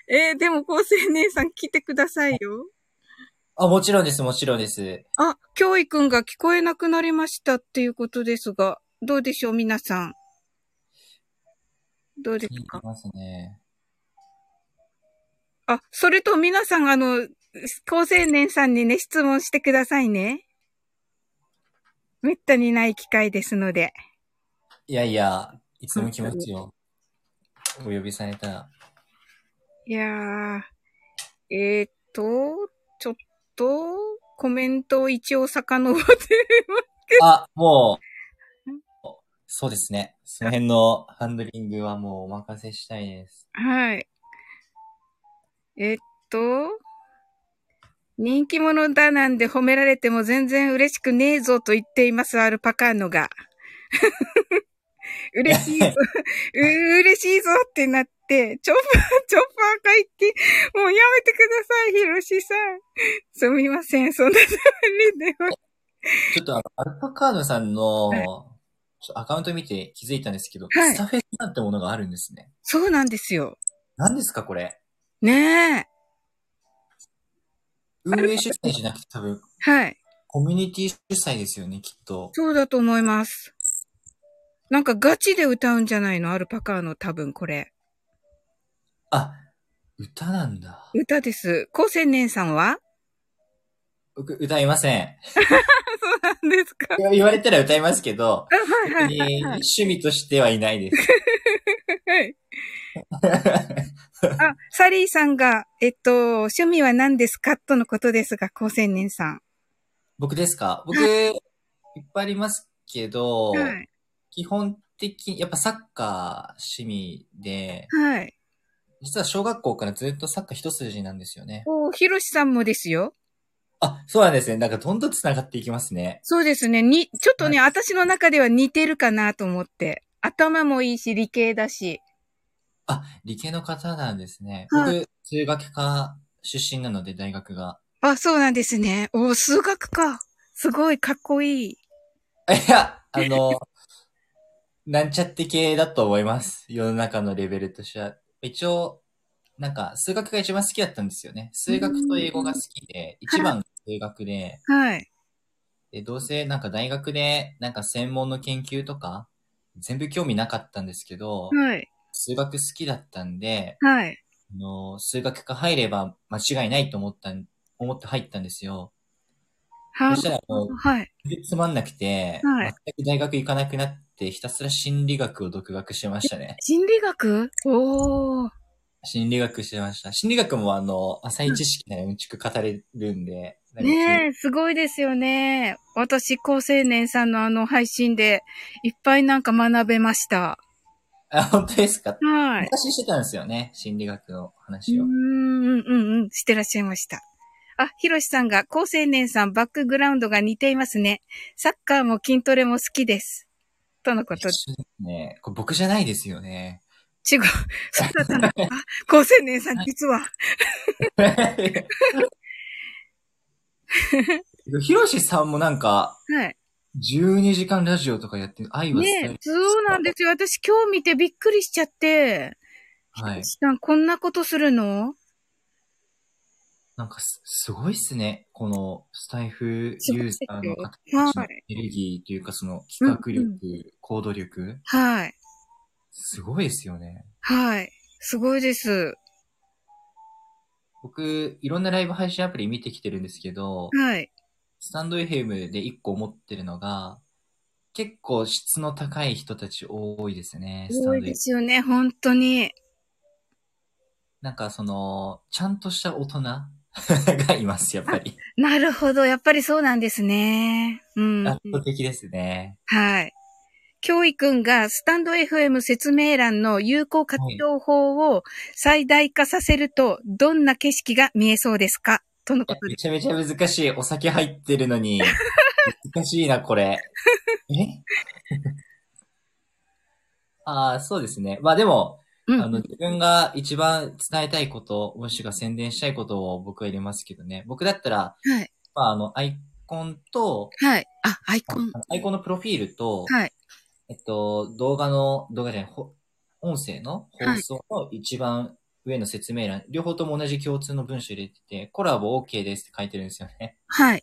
えー、でも、高生姉さん来てくださいよ。
あ、もちろんです、もちろんです。
あ、教育くんが聞こえなくなりましたっていうことですが、どうでしょう、皆さん。どうです
聞いて
か
ますね。
あ、それと皆さん、あの、高青年さんにね、質問してくださいね。めったにない機会ですので。
いやいや、いつも気持ちをお呼びされたら。
いやー、えー、っと、ちょっと、コメントを一応遡って、
あ、もう、そうですね。その辺のハンドリングはもうお任せしたいです。
はい。えっと、人気者だなんで褒められても全然嬉しくねえぞと言っています、アルパカーノが。 嬉しい ぞ、う嬉しいぞってなって、チョッパー、 チョッパー書いて、もうやめてください、ヒロシさん。すみません、そんなつもりでは。
ちょっとあの、アルパカーノさんの、
はい
ちょっとアカウント見て気づいたんですけど、
はい
スタフェスなんてものがあるんですね。
そうなんですよ。
何ですか、これ。
ねえ。
運営主催じゃなくて多分、
はい。
コミュニティ主催ですよね、きっと。
そうだと思います。なんかガチで歌うんじゃないのアルパカーノ多分これ。
あ、歌なんだ。
歌です。高専年さんは
僕、歌いません。
そうなんですか
いや言われたら歌いますけど、
はいは
別
い
に
はいはい。
趣味としてはいないです。
はいあ、サリーさんが、えっと、趣味は何ですかとのことですが、高専年さん。
僕ですか僕、いっぱいありますけど、
はい。
基本的に、やっぱサッカー趣味で、
はい。
実は小学校からずっとサッカー一筋なんですよね。
お、ひろしさんもですよ。
あ、そうなんですね。なんかどんどん繋がっていきますね。
そうですね。に、ちょっとね、私の中では似てるかなと思って。頭もいいし、理系だし。
あ、理系の方なんですね。
は
僕、数学科出身なので、大学が。
あ、そうなんですね。お、数学か。すごい、かっこいい。
いや、あの、 なんちゃって系だと思います。世の中のレベルとしては。一応、なんか、数学が一番好きだったんですよね。数学と英語が好きで、一番が数学で、
はい。
で、どうせなんか大学で、なんか専門の研究とか、全部興味なかったんですけど、
はい。
数学好きだったんで、
はい。
あの、数学科入れば間違いないと思ったん、思って入ったんですよ。
は
そしたら、あの、
はい。
つまんなくて、
はい
全く大学行かなくなって、ひたすら心理学を独学しましたね。
心理学おー。
心理学してました。心理学もあの、浅い知識ならうんちく語れるんで、なんか
ねえ、すごいですよね。私、高青年さんのあの配信で、いっぱいなんか学べました。
あ、本当ですか
はい。
昔してたんですよね、心理学の
うー
話を。
ん、うん、うん、うん、してらっしゃいました。あ、ひろしさんが、高青年さん、バックグラウンドが似ていますね。サッカーも筋トレも好きです。とのこと。
一緒ですね、これ僕じゃないですよ ね。
違う。そうだった の。あ、高青年さん、実は。
ひろしさんもなんか、
はい。
12時間ラジオとかやって、愛は伝え
ねえ、そうなんですよ。私、今日見てびっくりしちゃって。
はい。
さん、こんなことするの
なんかす、すごいっすね。この、スタイフユーザーの方たち
は
の
い
エネルギーというか、その、企画力、行動力、
はい。
すごいですよね。
はい。すごいです。
僕、いろんなライブ配信アプリ見てきてるんですけど、
はい。
スタンド FM で一個思ってるのが、結構質の高い人たち多いですね、スタ
多
ン
い
ド FM
で。すよね、本当に。
なんかその、ちゃんとした大人 がいます、やっぱり。
なるほど。やっぱりそうなんですね。うん。
圧倒的ですね。
はい。教育くんがスタンド FM 説明欄の有効活用法を最大化させると、どんな景色が見えそうですかとのこと
め
で。
ちゃめちゃ難しい。お酒入ってる のに。難しいな、これ。え ああ、そうですね。まあでも、
う
あの、
ん。
自分が一番伝えたいこと、もしくは宣伝したいことを僕は入れますけどね。僕だったら、
はい
まああの、アイコンと、
はい。あ、アイコン。
アイコンのプロフィールと、
はい。
えっと、動画の、動画じゃない、ほ音声の放送の一番上の説明欄、両方とも同じ共通の文章入れてて、コラボ OK ですって書いてるんですよね。
はい。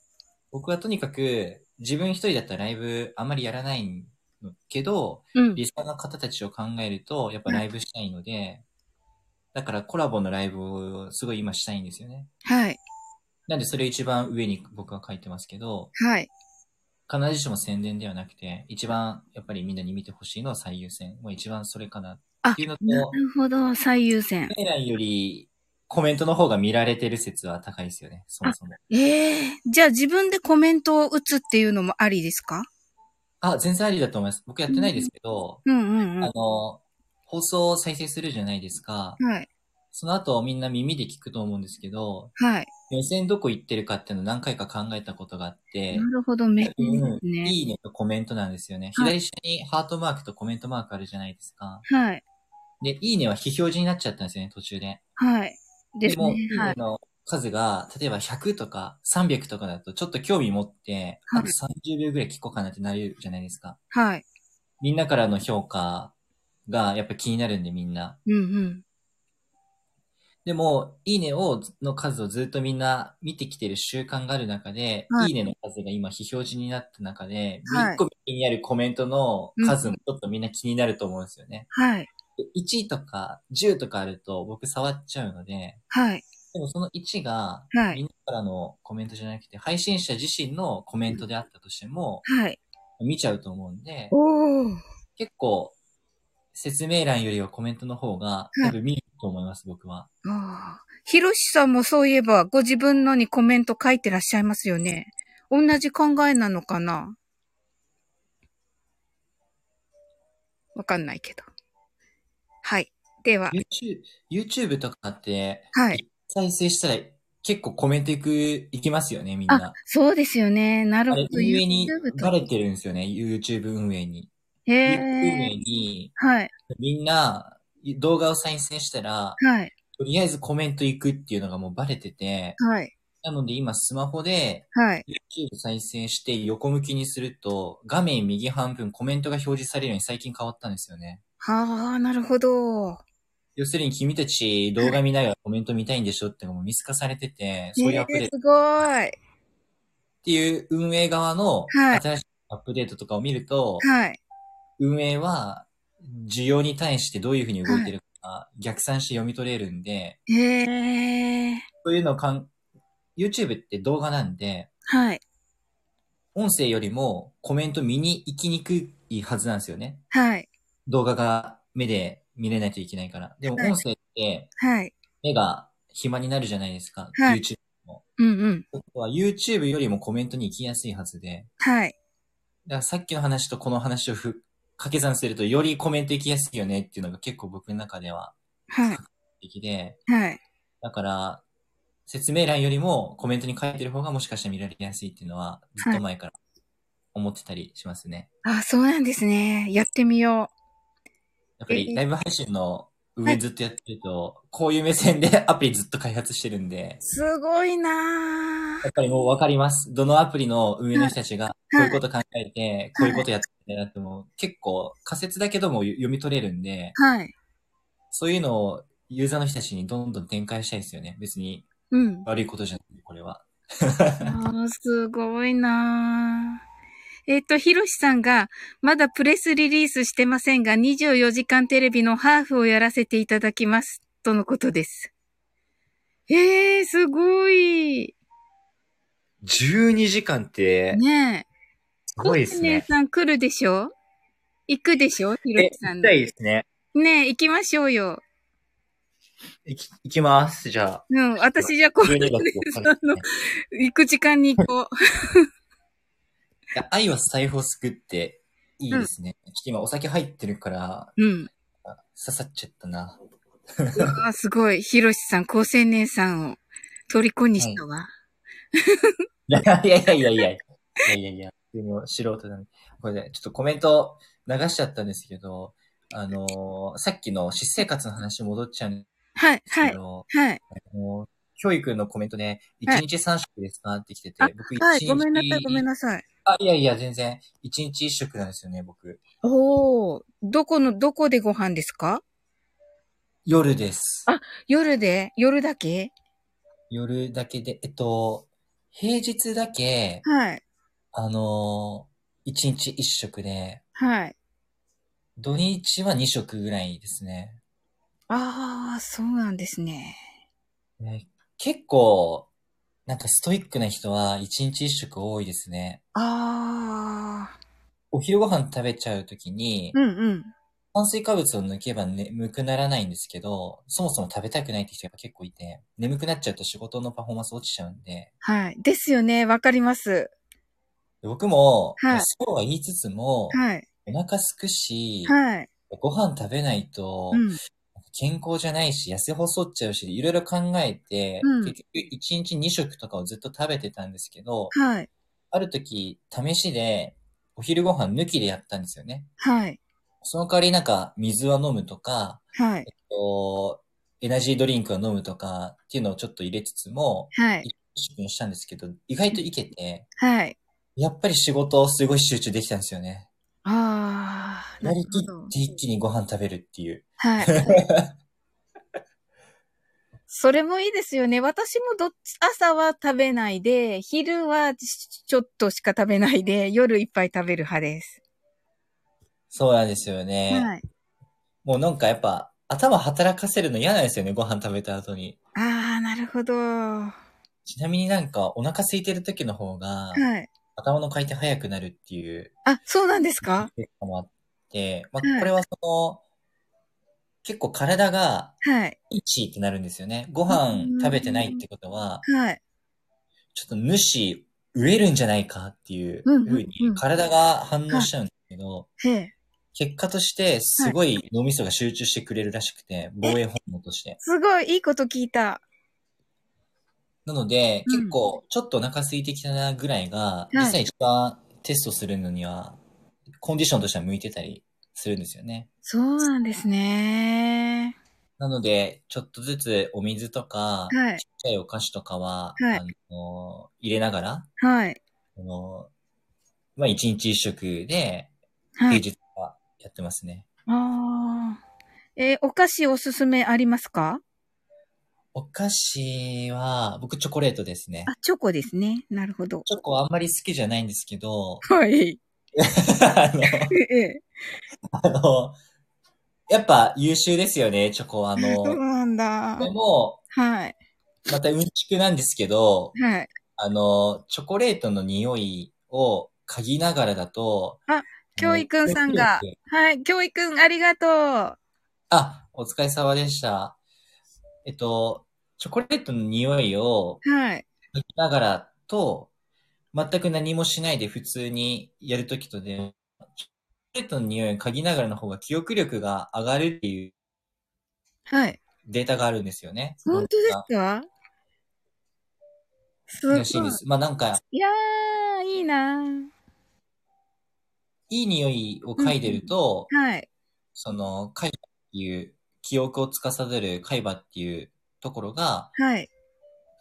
僕はとにかく自分一人だったらライブあんまりやらないのけど、
うん。
リスナーの方たちを考えるとやっぱライブしたいので、だからコラボのライブをすごい今したいんですよね。
はい。
なんでそれを一番上に僕は書いてますけど、
はい。
必ずしも宣伝ではなくて、一番やっぱりみんなに見てほしいのは最優先。もう一番それかなっていうのと、
なるほど。最優先。
メ欄よりコメントの方が見られてる説は高いですよね、そもそも。
ええじゃあ自分でコメントを打つっていうのもありですか
あ、全然ありだと思います。僕やってないですけど、
うんうんうん。
あの、放送を再生するじゃないですか。
はい。
その後みんな耳で聞くと思うんですけど、
はい。
目線どこ行ってるかっていうのを何回か考えたことがあって
な、るほど。め
多分、
ね。
いいねとコメントなんですよね。
はい
左下にハートマークとコメントマークあるじゃないですか。
はい。
で、いいねは非表示になっちゃったんですよね、途中で。
はい。で
ですも、い
ね
い。
は
ね
い。
の数が、例えば100とか300とかだと、ちょっと興味持って、
はい
あと30秒ぐらい聞こうかなってなるじゃないですか。
はい。
みんなからの評価がやっぱ気になるんで、みんな。
うんうん。
でも、いいねを、の数をずっとみんな見てきてる習慣がある中で、
はい
い、いねの数が今非表示になった中で、
はい
1個気になるコメントの数もちょっとみんな気になると思うんですよね。
はい。
で1とか10とかあると僕触っちゃうので、
はい。
でもその1が、
はい
みんなからのコメントじゃなくて、配信者自身のコメントであったとしても、
はい。
見ちゃうと思うんで、
おー。
結構、説明欄よりはコメントの方が、
い
多分見ると思います、僕は。
ああ。ひろしさんもそういえば、ご自分のにコメント書いてらっしゃいますよね。同じ考えなのかなわかんないけど。はい。では、
YouTube, YouTube とかって、
はい。
再生したら結構コメントいく、いきますよね、みんな。
そうですよね。なる
あ
ほ
れ、
ど。
運営に
YouTube と
バレてるんですよね、YouTube 運営に。
へ
YouTube 運営
え。
に、
はい。
みんな動画を再生したら、
はい。
とりあえずコメントいくっていうのがもうバレてて、
はい。
なので今スマホで
はい。
YouTube 再生して横向きにすると、画面右半分コメントが表示されるように最近変わったんですよね。
はあ、なるほど。
要するに君たち動画見ながらコメント見たいんでしょってのも見透かされてて、そういうアップデート
えーすごい。
っていう運営側の
はい
新しいアップデートとかを見ると、
はい。
運営は需要に対してどういうふうに動いてるかが逆算して読み取れるんで、
へえ。
そういうのをかん、YouTube って動画なんで、
はい。
音声よりもコメント見に行きにくいはずなんですよね。
はい。
動画が目で見れないといけないから。でも
はい
音声って
はい。
目が暇になるじゃないですか。
はい
YouTube
うんうん。
は YouTube よりもコメントに行きやすいはずで。
はい。
だからさっきの話とこの話をふ掛け算するとよりコメント行きやすいよねっていうのが結構僕の中では
はい。
的で、
はい。
だから説明欄よりもコメントに書いてる方がもしかしたら見られやすいっていうのはずっと前から思ってたりしますね。
あ、そうなんですね。やってみよ
やっぱりライブ配信の上ずっとやってると、こういう目線でアプリずっと開発してるんで
う。、すごいな
やっぱりもうわかります。どのアプリの運営の人たちがこういうこと考えて、こういうことやってるんだなってもう結構仮説だけども読み取れるんで、
はい。
そういうのをユーザーの人たちにどんどん展開したいですよね。別に
うん。
悪いことじゃない、これは。
あーすごいなぁえっ、と、ひろしさんが、まだプレスリリースしてませんが、24時間テレビのハーフをやらせていただきます。とのことです。えー、すごい。
12時間って
ねえ。
す
すさん来るでしょ行くでしょひろしさんの。
いですね。
ねえ、行きましょうよ。
行き、行きます、じゃあ。
うん、私じゃあ、こう、
12月
さん の行く時間に行こう。
いや愛は財布を救っていいですね。ちょっと今お酒入ってるから、
うん。
刺さっちゃったな。
あーすごい。ひろしさん、高青年さんを虜にしたわ。
いやいやいやいやいや。いやいやいや。でも素人なんで。これで、ちょっとコメント流しちゃったんですけど、あのーさっきの私生活の話戻っちゃうんで
はい、
す
は
け
い、
ど、
はい。
もう、教育のコメントで、
は
1
い
日3食ですかって来てて、
あ
僕1日、
はい、ごめんなさい、ごめんなさい。
あ、いやいや、全然、1日1食なんですよね、僕。
おー、どこの、どこでご飯ですか
夜です。
あ夜で夜だけ
夜だけで、えっと、平日だけ、
はい、
あのー、1日1食で、
はい。
土日は2食ぐらいですね。
あー、そうなんですね。
ね結構、なんかストイックな人は1日1食多いですね。
あー、
お昼ご飯食べちゃうときに、
うんうん。
炭水化物を抜けば眠くならないんですけど、そもそも食べたくないって人が結構いて、眠くなっちゃうと仕事のパフォーマンス落ちちゃうんで、
はい。ですよね、わかります。
で僕も、
はい
まあそうは言いつつも、
はい、
お腹すくし、
はい。
ご飯食べないと
う、ん、
健康じゃないし、痩せ細っちゃうし、いろいろ考えて、
うん
結局1日2食とかをずっと食べてたんですけど、
はい、
ある時、試しで、お昼ご飯抜きでやったんですよね。
はい、
その代わりなんか、水は飲むとか、
はい、
と、エナジードリンクを飲むとかっていうのをちょっと入れつつも、
はい、
出勤したんですけど、意外といけて、
はい。
やっぱり仕事をすごい集中できたんですよね。
あー、
や
なる
りきっ
ほど。
て一気にご飯食べるっていう。
はい。 それもいいですよね。私もどっち、朝は食べないで、昼はちちょっとしか食べないで、夜いっぱい食べる派です。
そうなんですよね。
はい。
もうなんかやっぱ、頭働かせるの嫌なんですよね、ご飯食べた後に。
ああ、なるほど。は
ちなみになんか、お腹空いてる時の方が、
い。
頭の回転早くなるっていう
あ、そうなんですか
結果もあって、ま
はい
あ、これはその、結構体が
はい。
1ってなるんですよね。ご飯食べてないってことは、
はい。
ちょっと主、飢えるんじゃないかっていうふ
うんうんうん
うに体が反応しちゃうんですけど、
へえ。
結果としてすごい脳みそが集中してくれるらしくて、防衛本能として。
すごい、いいこと聞いた。
なので、
うん
結構ちょっとお腹空いてきたなぐらいが
は、い
実際一番テストするのには、コンディションとしては向いてたりするんですよね。
そうなんですね。
なので、ちょっとずつお水とか、ちっ
はい。
ちゃいお菓子とかは、
はい
あの入れながら、
はい。
あのまあ、一日一食で、
は
平
い。
日はやってますね。
ああ。えーお菓子おすすめありますか
お菓子は、僕チョコレートですね
あ。、チョコですね。なるほど。
チョコあんまり好きじゃないんですけど、
はい。
あの、
ええ。
あの、やっぱ優秀ですよね、チョコは。あ の、
そうなんだ。
でも、
はい。
またうんちくなんですけど、
はい。
あの、チョコレートの匂いを嗅ぎながらだと、
あ、教育くんさんが。はい。教育くん、ありがとう。
あ、お疲れ様でした。えっと、チョコレートの匂いを
はい。
嗅ぎながらと、全く何もしないで普通にやるときとで、チョコレートの匂いを嗅ぎながらの方が記憶力が上がるっていう
はい。
データがあるんですよね。
本当ですかすごい
ら。しいです。まあなんか、
いやー、いいなー。
いい匂いを嗅いでると、
はい。
その、海馬っていう、記憶を司る海馬っていうところが、
はい。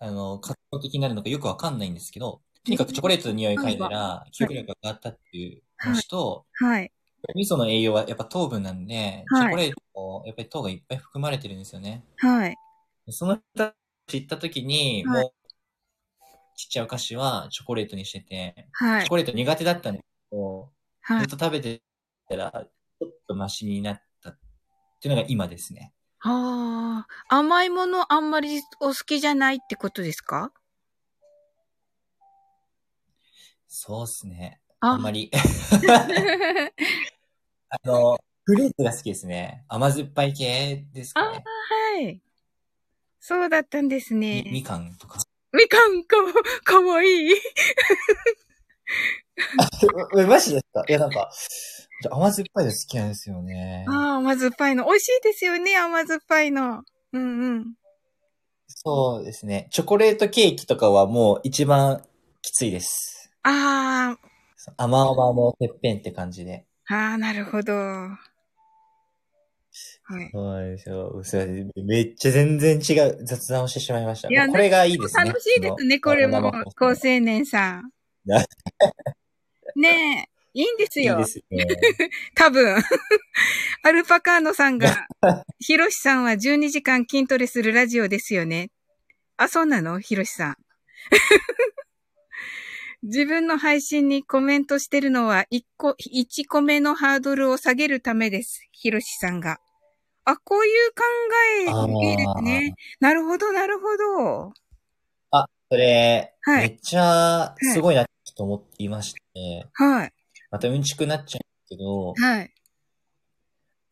あの、活動的になるのかよくわかんないんですけど、とにかくチョコレートの匂い嗅いだら、記憶力が上がったっていう話と、
はい。
味噌の栄養はやっぱ糖分なんで、
はい
チョコレートもやっぱり糖がいっぱい含まれてるんですよね。
はい。
その人知った時に、
はい
もう、ちっちゃいお菓子はチョコレートにしてて、
は
チ
い
ョ。コレート苦手だったんですけど、
は
ず
い
っ。と食べてたら、ちょっとマシになったっていうのが今ですね。
ああ、甘いものあんまりお好きじゃないってことですか
そうっすね。
あ
あんまり。 あの、フルーツが好きですね。甘酸っぱい系ですかね。
はい。そうだったんですね。
みみかんとか。
みかんかわ、かわいい。
え、マジですかいや、なんか、甘酸っぱいの好きなんですよね
ああ、甘酸っぱいの。美味しいですよね、甘酸っぱいの。うんうん。
そうですね。チョコレートケーキとかはもう一番きついです。
あ
甘々のてっぺんって感じで。
あ、ああ、なるほど。はい。
そうですよ。すいません。めっちゃ全然違う雑談をしてしまいました。
いや
もうこれがいいですね。
楽しいですね、
その
これも
生放送、
高青年さ ん。
な
ねえ、いいんです
いい
よ。
ですね。
多分。 アルパカーノさんが、 ヒロシさんは12時間筋トレするラジオですよね。あ、そうなのヒロシさん。 自分の配信にコメントしてるのは1個、1個目のハードルを下げるためです。ヒロシさんが。あ、こういう考え、いいですね。なるほど、なるほど。
あ、それ、
はい
めっちゃすごいなってちょっと思っていまして、
はい。
またうんちくなっちゃうんですけど、
はい。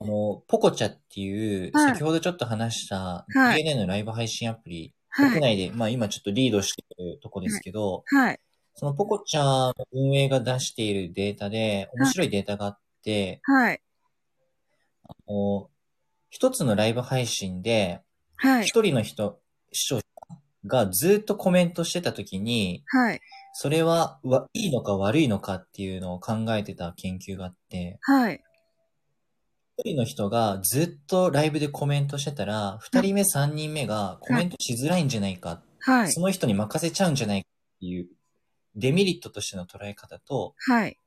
あの、ポコチャっていう、
はい
先ほどちょっと話した
はい
DNA のライブ配信アプリ、
は
国
い。
内で、まあ今ちょっとリードしてるとこですけど、
はい。
そのポコチャの運営が出しているデータで、面白いデータがあって、
はい。
こう一つのライブ配信で、
はい。
一人の人、視聴者がずっとコメントしてた時に、
はい。
それは、わ、いいのか悪いのかっていうのを考えてた研究があって、
はい。
一人の人がずっとライブでコメントしてたら、二人目、三人目がコメントしづらいんじゃないか、
はい。
その人に任せちゃうんじゃないかっていう、デメリットとしての捉え方と、
はい。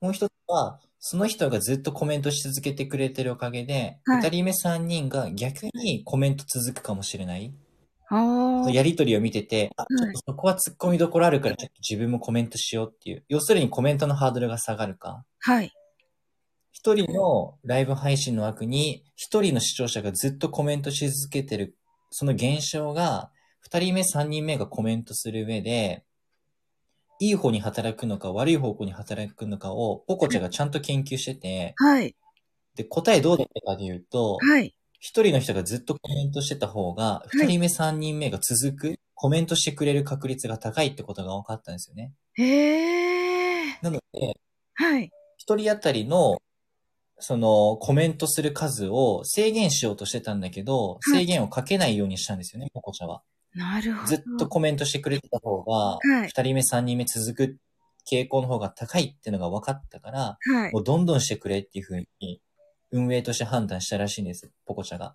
もう一つは、その人がずっとコメントし続けてくれてるおかげで、
は
二、
い
人目、三人が逆にコメント続くかもしれない。
ああ。
やりとりを見てて、あ、ちょっ
はい
とそこは突っ込みどころあるから、ちょっと自分もコメントしようっていう。要するにコメントのハードルが下がるか。
はい。
一人のライブ配信の枠に、一人の視聴者がずっとコメントし続けてる、その現象が、二人目、三人目がコメントする上で、いい方に働くのか、悪い方向に働くのかを、ポコちゃんがちゃんと研究してて、
はい。
で、答えどうだったかで言うと、
はい。
一人の人がずっとコメントしてた方が、
い
二人目、三人目が続く、コメントしてくれる確率が高いってことが分かったんですよね。
へえ。
なので、
はい。
一人当たりの、その、コメントする数を制限しようとしてたんだけど、
い
制限をかけないようにしたんですよね、ポコちゃんは。
なるほど。
ずっとコメントしてくれてた方が
はい、
二人目、三人目続く傾向の方が高いっていうのが分かったから、
はい。
もうどんどんしてくれっていうふうに、運営として判断したらしいんです、ポコちゃんが。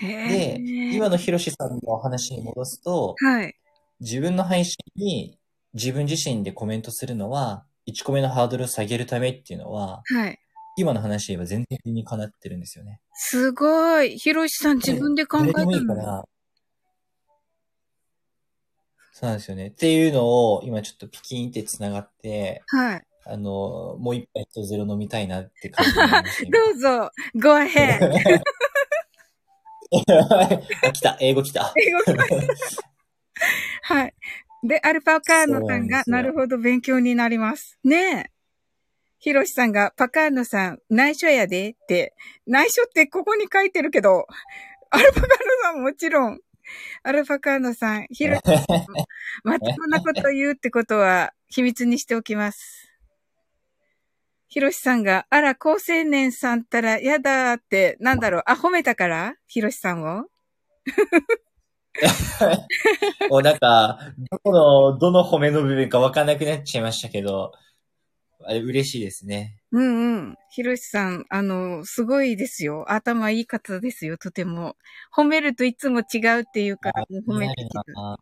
へ
で、
ー
今のヒロシさんのお話に戻すと、
はい。
自分の配信に自分自身でコメントするのは、1個目のハードルを下げるためっていうのは、
はい。
今の話で言えば全然理にかなってるんですよね。
すごい。ひろしさん自分で考えた
誰でもいいか
の。
ら。そうなんですよね。っていうのを、今ちょっとピキンって繋がって、
はい。
ああの、もう一杯とゼロ飲みたいなって感じなんですけど。
どうぞ、ご ahead!
あ、来た、英語来た。
はい。で、アルパカーノさんが、
そうな
なん
ですよ
るほど勉強になります。ねえ。ヒロシさんが、パカーノさん、内緒やで、って。内緒ってここに書いてるけど、アルパカーノさんもちろん、アルパカーノさん、ヒロシさん、まともなこと言うってことは、秘密にしておきます。ヒロシさんが、あら、高青年さんったら、やだーって、なんだろう、あ、褒めたからヒロシさんを
もうなんか、どこの、どの褒めの部分かわかんなくなっちゃいましたけど、あれ嬉しいですね。
うんうん。ひろしさん、あの、すごいですよ。頭いい方ですよ、とても。褒めるといつも違うっていうから、もう褒めてきた。
な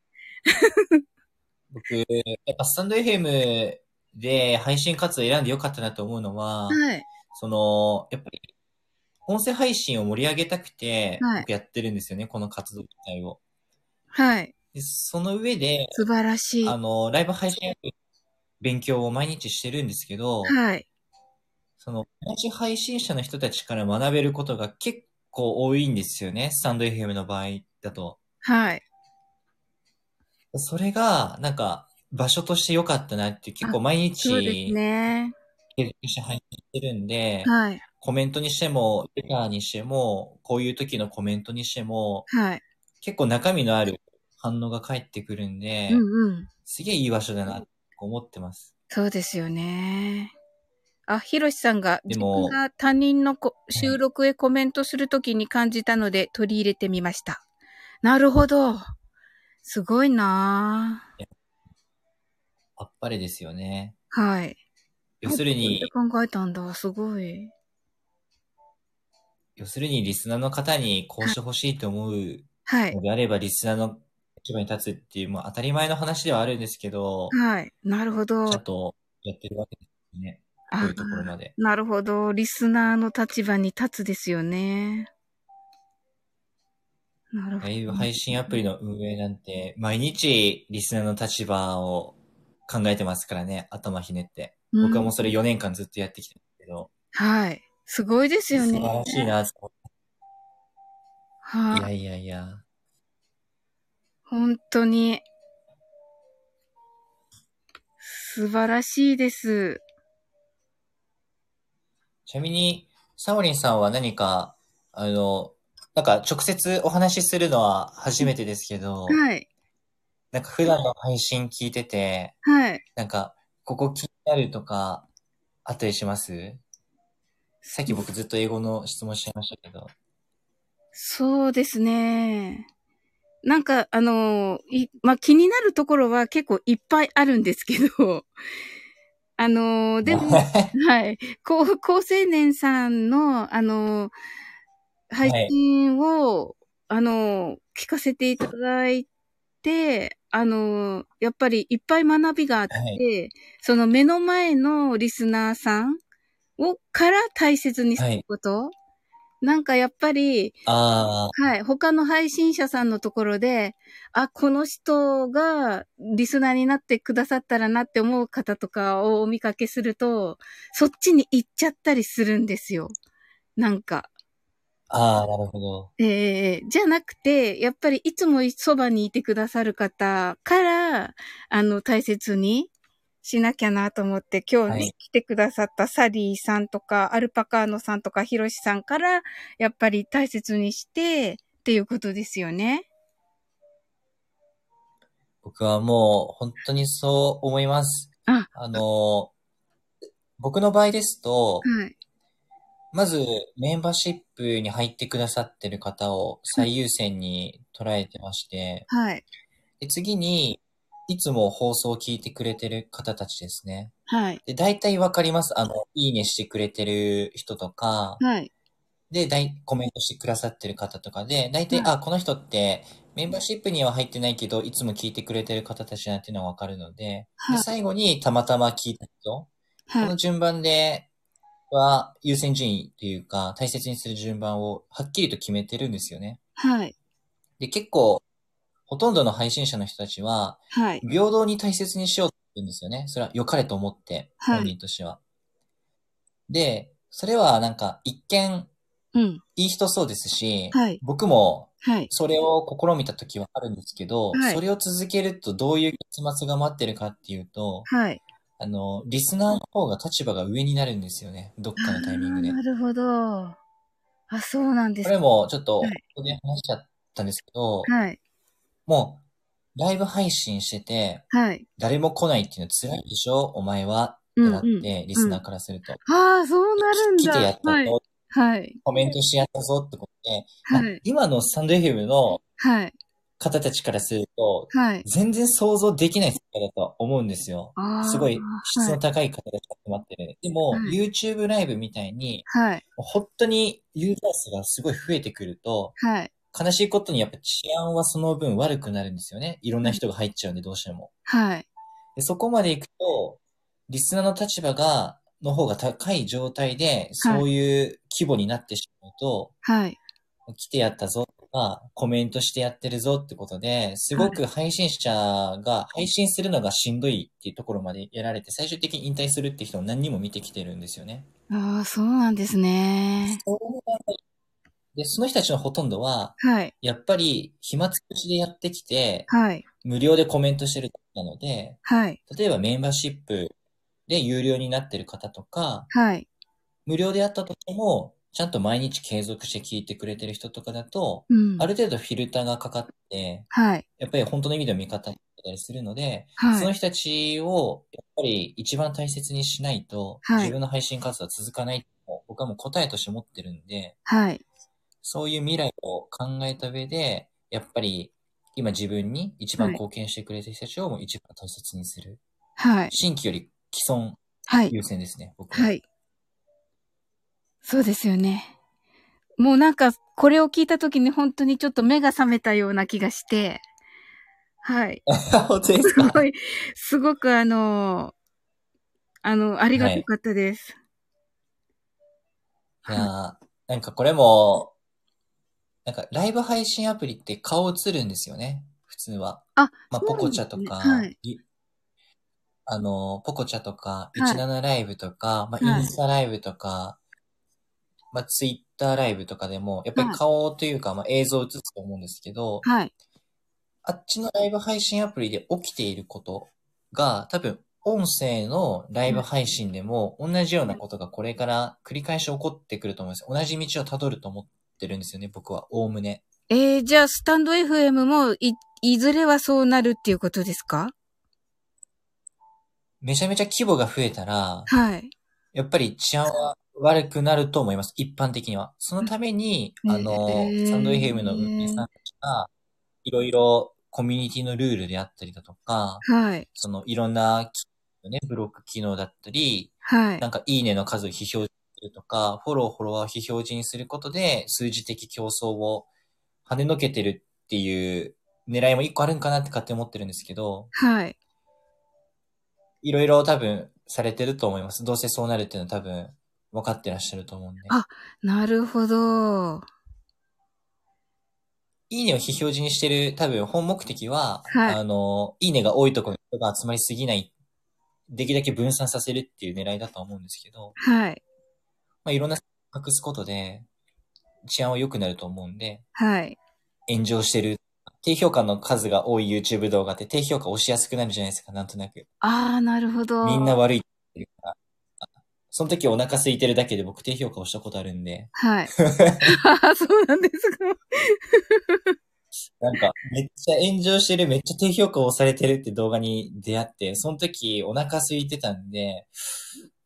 僕、やっぱスタンド FM で配信活動選んでよかったなと思うのは、
はい。
その、やっぱり、音声配信を盛り上げたくて、
はい
僕やってるんですよね、この活動自体を。
はい。
でその上で、
素晴らしい。
あ
は
の、ライブ配信勉強を毎日してるんですけど、
い。
その、同じ配信者の人たちから学べることが結構多いんですよね、スタンド FM の場合だと。
はい。
それが、なんか、場所として良かったなって、結構毎日、
そうですね。
継続して配信してるんで、
はい。
コメントにしても、レターにしても、こういう時のコメントにしても、
はい。
結構中身のある反応が返ってくるんで、
うんうん。
すげえいい場所だなと思ってます。
そうですよね。あ、ひろしさんが、
で
自
も
分が他人のこ収録へコメントするときに感じたので取り入れてみました。なるほど。すごいなぁ
あっぱれですよね。
はい。
要するに、
考えたんだ。すごい。
要するにリスナーの方にこうしてほしいと思う
はい
の。であれば、リスナーの立場に立つっていう、まあ当たり前の話ではあるんですけど、
はい。なるほど。
ちゃんとやってるわけですよね。こ
あ
ういうところまで。
なるほど。リスナーの立場に立つですよね。なるほど。
ライブ配信アプリの運営なんて、毎日リスナーの立場を考えてますからね、頭ひねって。僕はもうそれ4年間ずっとやってきてるけど、
はい。すごいですよ
素
ね。
晴らしいなと思ってい
は
や
い。
いやいや。
本当に。素晴らしいです。
ちなみに、サオリンさんは何か、あの、なんか直接お話しするのは初めてですけど、
はい。
なんか普段の配信聞いてて、
はい。
なんか、ここ気になるとか、あったりしますさっき僕ずっと英語の質問しちゃいましたけど。
そうですね。なんか、あの、いまあ、気になるところは結構いっぱいあるんですけど、 あの、でも、
は
はい。高、高青年さんの、あの、配信を、あの、聞かせていただいて、あの、やっぱりいっぱい学びがあって、
い。
その目の前のリスナーさんを、から大切にす
は
る
い
こと、なんかやっぱり、
あ
はい。他の配信者さんのところで、あ、この人がリスナーになってくださったらなって思う方とかをお見かけすると、そっちに行っちゃったりするんですよ。なんか。
あ、ああ、なるほど。
ええじゃなくて、やっぱりいつもそばにいてくださる方から、あの、大切にしなきゃなと思って、今日ね、
はい
来てくださったサリーさんとか、アルパカーノさんとか、ヒロシさんから、やっぱり大切にして、っていうことですよね。
僕はもう本当にそう思います。
あ
の、僕の場合ですと、
はい。
まず、メンバーシップに入ってくださってる方を最優先に捉えてまして、
はい。
で次に、いつも放送を聞いてくれてる方たちですね。
はい。
で、大体わかります。あの、いいねしてくれてる人とか、
はい。
で、だいコメントしてくださってる方とかで、大体、
はい
あ、この人って、メンバーシップには入ってないけど、いつも聞いてくれてる方たちだなっていうのはわかるので、
はい
で最後にたまたま聞いた人、こ
は
の
い。
順番では優先順位というか、大切にする順番をはっきりと決めてるんですよね。
はい。
で、結構、ほとんどの配信者の人たちは、
はい。
平等に大切にしようるんですよね。それは良かれと思って、
はい
本人としては。で、それはなんか一見
うん。
いい人そうですし、
はい
僕も
はい。
それを試みた時はあるんですけど、
はい
それを続けるとどういう結末が待ってるかっていうと、
はい。
あの、リスナーの方が立場が上になるんですよね。どっかのタイミングで
あー。なるほど。あ、そうなんです
これ
か。
もちょっと、
は
こ
い
こで話しちゃったんですけど、
はい。
もう、ライブ配信してて、
はい。
誰も来ないっていうの辛いでしょお前はっ
う
て
ん
なって、リスナーからすると。
ああ、そうなるん
来
だ。
てやったぞ、
はい。はい。
コメントしてやったぞってことで、あ
はい。
今のスタンド FM の
はい。
方たちからすると、
はい。
全然想像できない世界だとは思うんですよ。
あー
すごい質
は
の
い。
高い方が集まってる。でも、
はい
YouTube ライブみたいに、
はい。
本当にユーザー数がすごい増えてくると、
はい。
悲しいことにやっぱ治安はその分悪くなるんですよね。いろんな人が入っちゃうんでどうしても。
はい。
でそこまで行くと、リスナーの立場が、の方が高い状態で、そういう規模になってしまうと、
はい。
来てやったぞとか、コメントしてやってるぞってことで、すごく配信者が配信するのがしんどいっていうところまでやられて、最終的に引退するって人を何人も見てきてるんですよね。
ああ、そうなんですね。
で、その人たちのほとんどは、
はい。
やっぱり暇つぶしでやってきて、
はい。
無料でコメントしてるなので、
はい。
例えばメンバーシップで有料になってる方とか、
はい。
無料であったとしても、ちゃんと毎日継続して聞いてくれてる人とかだと、
うん。
ある程度フィルターがかかって、
はい。
やっぱり本当の意味での味方だったりするので、
はい
その人たちをやっぱり一番大切にしないと、
はい
自分の配信活動は続かないと、僕はもう答えとして持ってるんで、
はい。
そういう未来を考えた上で、やっぱり今自分に一番貢献してくれた人たちをもう一番大切にする。
はい。
新規より既存
はい。
優先ですね、僕は。
はい。そうですよね。もうなんか、これを聞いたときに本当にちょっと目が覚めたような気がして、はい。
本当です
す
か
ごい、すごくあの、あの、ありがたかったです。
いやーなんかこれも、なんかライブ配信アプリって顔映るんですよね、普通は。
あ、そ
まあ、
う
ポ
なん
コチャとか、
ですねはい
いあの、ポコチャとか、
はい
17ライブとか、ま
は
あ、
い
インスタライブとか、まあ、ツイッターライブとかでも、やっぱり
はい
顔というか、まあ、映像を映すと思うんですけど、
はい。
あっちのライブ配信アプリで起きていることが、多分、音声のライブ配信でも同じようなことがこれから繰り返し起こってくると思うんです。同じ道をたどると思ってるんですよね、僕は、おおむね。
えー、じゃあ、スタンド FM も、い、いずれはそうなるっていうことですか
めちゃめちゃ規模が増えたら、
はい。
やっぱり治安は悪くなると思います。一般的には。そのために、
うん
あの、
へー
サンドイヘムの運営さんたちが、いろいろコミュニティのルールであったりだとか、
はい。
そのいろんな機能ね、ブロック機能だったり、
はい
な。んかいいねの数を非表示するとか、フォロー、フォロワーを非表示にすることで、数字的競争を跳ねのけてるっていう狙いも一個あるんかなって勝手に思ってるんですけど、
はい。
いろいろ多分されてると思います。どうせそうなるっていうのは多分分かってらっしゃると思うんで。
あなるほど。
いいねを非表示にしてる多分本目的は、
はい
あの、いいねが多いところに人が集まりすぎない、できるだけ分散させるっていう狙いだと思うんですけど、
はい。
まあ、いろんな隠すことで治安は良くなると思うんで、
はい。
炎上してる。低評価の数が多い YouTube 動画って低評価押しやすくなるじゃないですか、なんとなく。
ああ、なるほど。
みんな悪いって言ってるから。その時お腹空いてるだけで僕低評価押したことあるん で、
はい。ああ、そうなんですか。
なんかめっちゃ炎上してる、めっちゃ低評価押されてるって動画に出会って、その時お腹空いてたんで、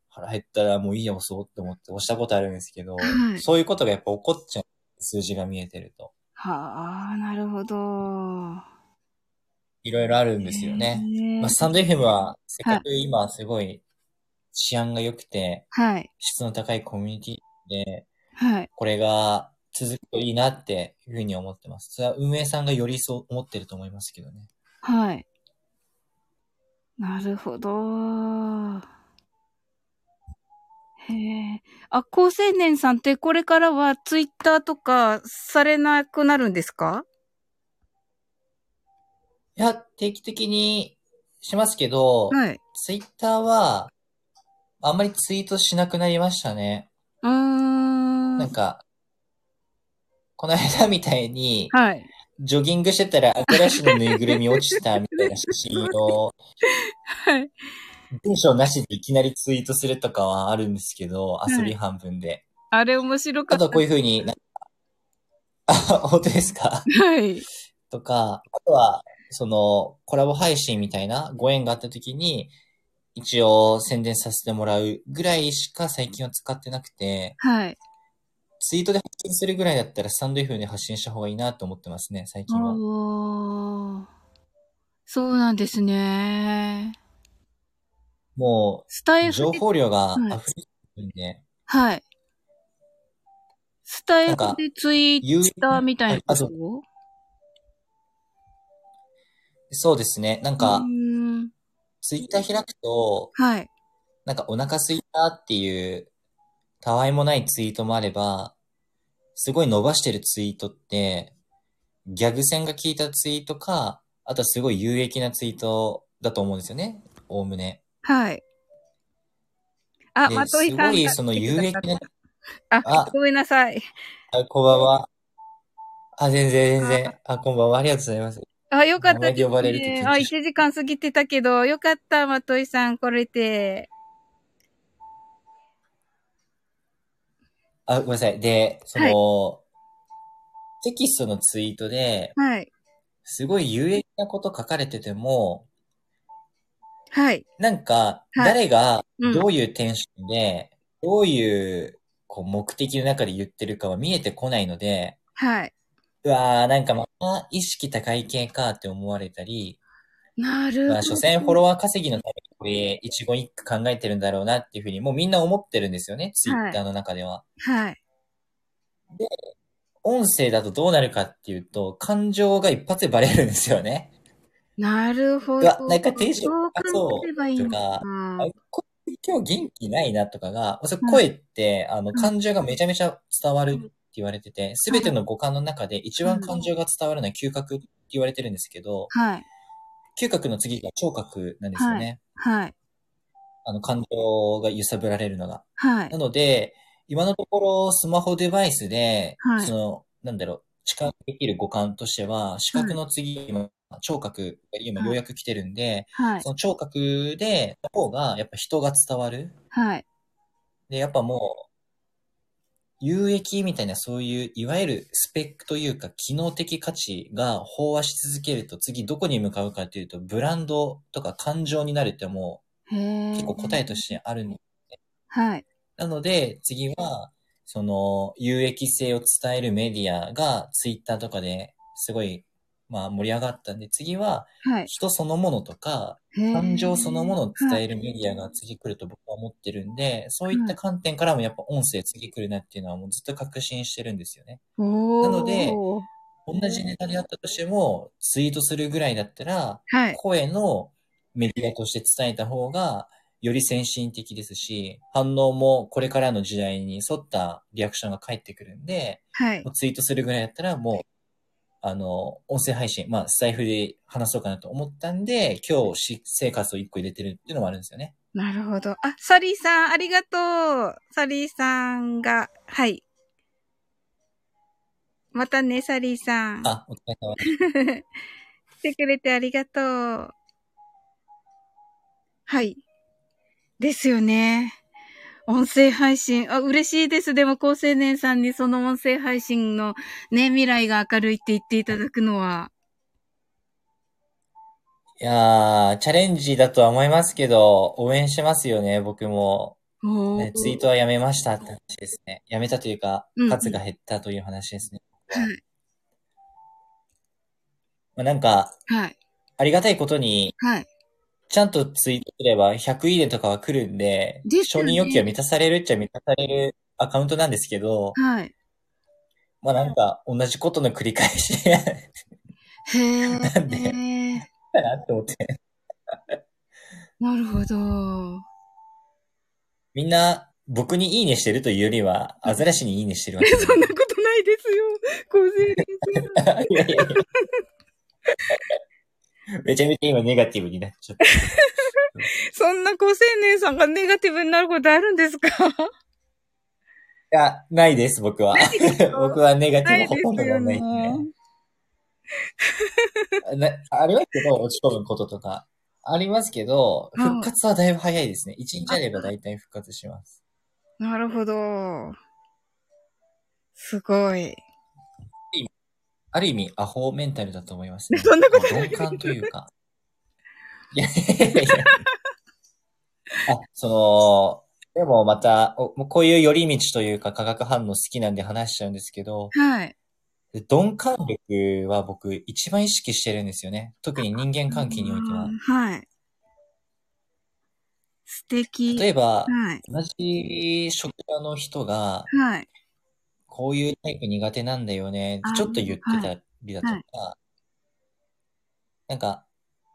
腹減ったらもういいや押そうって思って押したことあるんですけど、
はい
そういうことがやっぱ起こっちゃう。数字が見えてると。
はあ、なるほど。
いろいろあるんですよね。
へえ
まあ、スタンド FM は、せっかく今すごい治安が良くて、
はい。
質の高いコミュニティで、
はい。
これが続くといいなっていうふうに思ってます。それは運営さんがよりそう思ってると思いますけどね。
はい。なるほど。へえ。あ、高青年さんってこれからはツイッターとかされなくなるんですか
いや、定期的にしますけど、
はい。
ツイッターは、あんまりツイートしなくなりましたね。
あー
なんか、この間みたいに、
はい。
ジョギングしてたら、新しいのぬいぐるみ落ちたみたいな写真 を、
はい。
文章なしでいきなりツイートするとかはあるんですけど、
い
遊び半分で。
あれ面白かっ
あと
た。
はこういうふうになんか、あ、本当ですか
はい。
とか、あとは、その、コラボ配信みたいなご縁があった時に、一応宣伝させてもらうぐらいしか最近は使ってなくて、
はい。
ツイートで発信するぐらいだったらスタンド FM で発信した方がいいなと思ってますね、最近は。
おーそうなんですね。
も
スタ
う、
イフ
情
で、
報量が溢れてるんで、
はい。スタイ
な
フ
んか
でツイ
有
ッターみたいなこ
あそ
と
うそうですね。なんか
う、ーん
ツイッター開くと、
はい。
なんかお腹すいたっていう、たわいもないツイートもあれば、すごい伸ばしてるツイートって、ギャグ線が効いたツイートか、あとはすごい有益なツイートだと思うんですよね。おおむね。
はい。あ、
で
まとい
す
さんが
ご
来てくださった。
いその有益な、
あ
あ、
ごめんなさい。
あこんばんは。あ、全然全然。あ、こんばんは。ありがとうございます。
あ、よかった
名前
で
で呼ばれる
す
と緊張
ね
し。
あ、1時間過ぎてたけど、よかった、まといさん、来れて。
あ、ごめんなさい。で、その、テキストのツイートで、
はい。
すごい有益なこと書かれてても、
はい。
なんか、
はい
誰が
うん
どういうテンションで、どういうこう目的の中で言ってるかは見えてこないので、
はい。
うわー、なんかまた意識高い系かって思われたり、
なるほ
ま
ど。
あ、所詮フォロワー稼ぎのためにこれ、一言一句考えてるんだろうなっていうふうに、もうみんな思ってるんですよね、ツイッターの中では。
はい。
音声だとどうなるかっていうと、感情が一発でバレるんですよね。
なるほ
うわ
ど。
なんかテンション
そう
高
考
そう
えればいいのかな
あこ今日元気ないなとかが、それ
うん
声って、あの、
ん
感情がめちゃめちゃ伝わるって言われてて、すべての五感の中で一番感情が伝わるのは嗅覚って言われてるんですけど、
はい。
嗅覚の次が聴覚なんですよね。
はい。
あの、感情が揺さぶられるのが。
はい
な。ので、今のところスマホデバイスで、
はい
その、なんだろう、視覚できる五感としては、視覚の次、今、聴覚が今ようやく来てるんで、
はい
そ。の聴覚で、の方がやっぱ人が伝わる。
はい。
で、やっぱもう、有益みたいな、そういう、いわゆるスペックというか、機能的価値が飽和し続けると、次どこに向かうかというと、ブランドとか感情になるっても
へ
う、
え。
結構答えとしてあるの。
はい。
なので、次は、その、有益性を伝えるメディアが、ツイッターとかですごい、まあ盛り上がったんで、次は、
はい。
人そのものとか、
へー
感情そのものを伝えるメディア
は
が次来ると僕は思ってるんで、そういった観点からもやっぱ音声次来るなっていうのはもうずっと確信してるんですよね。
いおー
なので同じネタになったとしても、ツイートするぐらいだったら、
はい。
声のメディアとして伝えた方が、より先進的ですし、反応もこれからの時代に沿ったリアクションが返ってくるんで、
はい
も。うツイートするぐらいだったらもう、あの、音声配信、まあ、スタイフで話そうかなと思ったんで、今日、し生活を一個入れてるっていうのもあるんですよね。
なるほど。あ、サリーさん、ありがとう。サリーさんが、はい。またね、サリーさん。
あ、お疲れ様です。
来てくれてありがとう。はい。ですよね。音声配信。あ、嬉しいです。でも、高青年さんにその音声配信のね、未来が明るいって言っていただくのは。
いやー、チャレンジだとは思いますけど、応援してますよね、僕も。
おー
ねツイートはやめましたって話ですね。やめたというか
うん、
数が減ったという話ですね。
はい。
まあ、なんか、
はい。
ありがたいことに、
はい。
ちゃんとツイートすれば100いいねとかは来るんで、
です
承
よね
認欲求は満たされるっちゃ満たされるアカウントなんですけど、
はい。
まあなんか同じことの繰り返し
へ
なんで
ー。
だなって思って。
なるほど。
みんな僕にいいねしてるというよりは、アザラシにいいねしてるわけ
え、
で す
そんなこと ないですよ。高青年さん。
いやいやいやめちゃめちゃ今ネガティブになっちゃった。
そんな高青年さんがネガティブになることあるんですか
いや、ないです、僕は。 僕はネガティブほとんどがないですね。なありますけど、落ち込むこととか。ありますけど、
うん
復活はだいぶ早いですね。一日あれば大体復活します。
なるほど。すごい。
ある意味、アホメンタルだと思いますね。
そんなこと
鈍感という か。いやいやいやいや。あ、その、でもまた、おもうこういう寄り道というか化学反応好きなんで話しちゃうんですけど、
はい。
鈍感力は僕一番意識してるんですよね。特に人間関係においては。
はい。素敵。
例え
は
ば、
い。
同じ職場の人が、
はい。
こういうタイプ苦手なんだよね
あー、
ちょっと言ってたりだとか、なんか、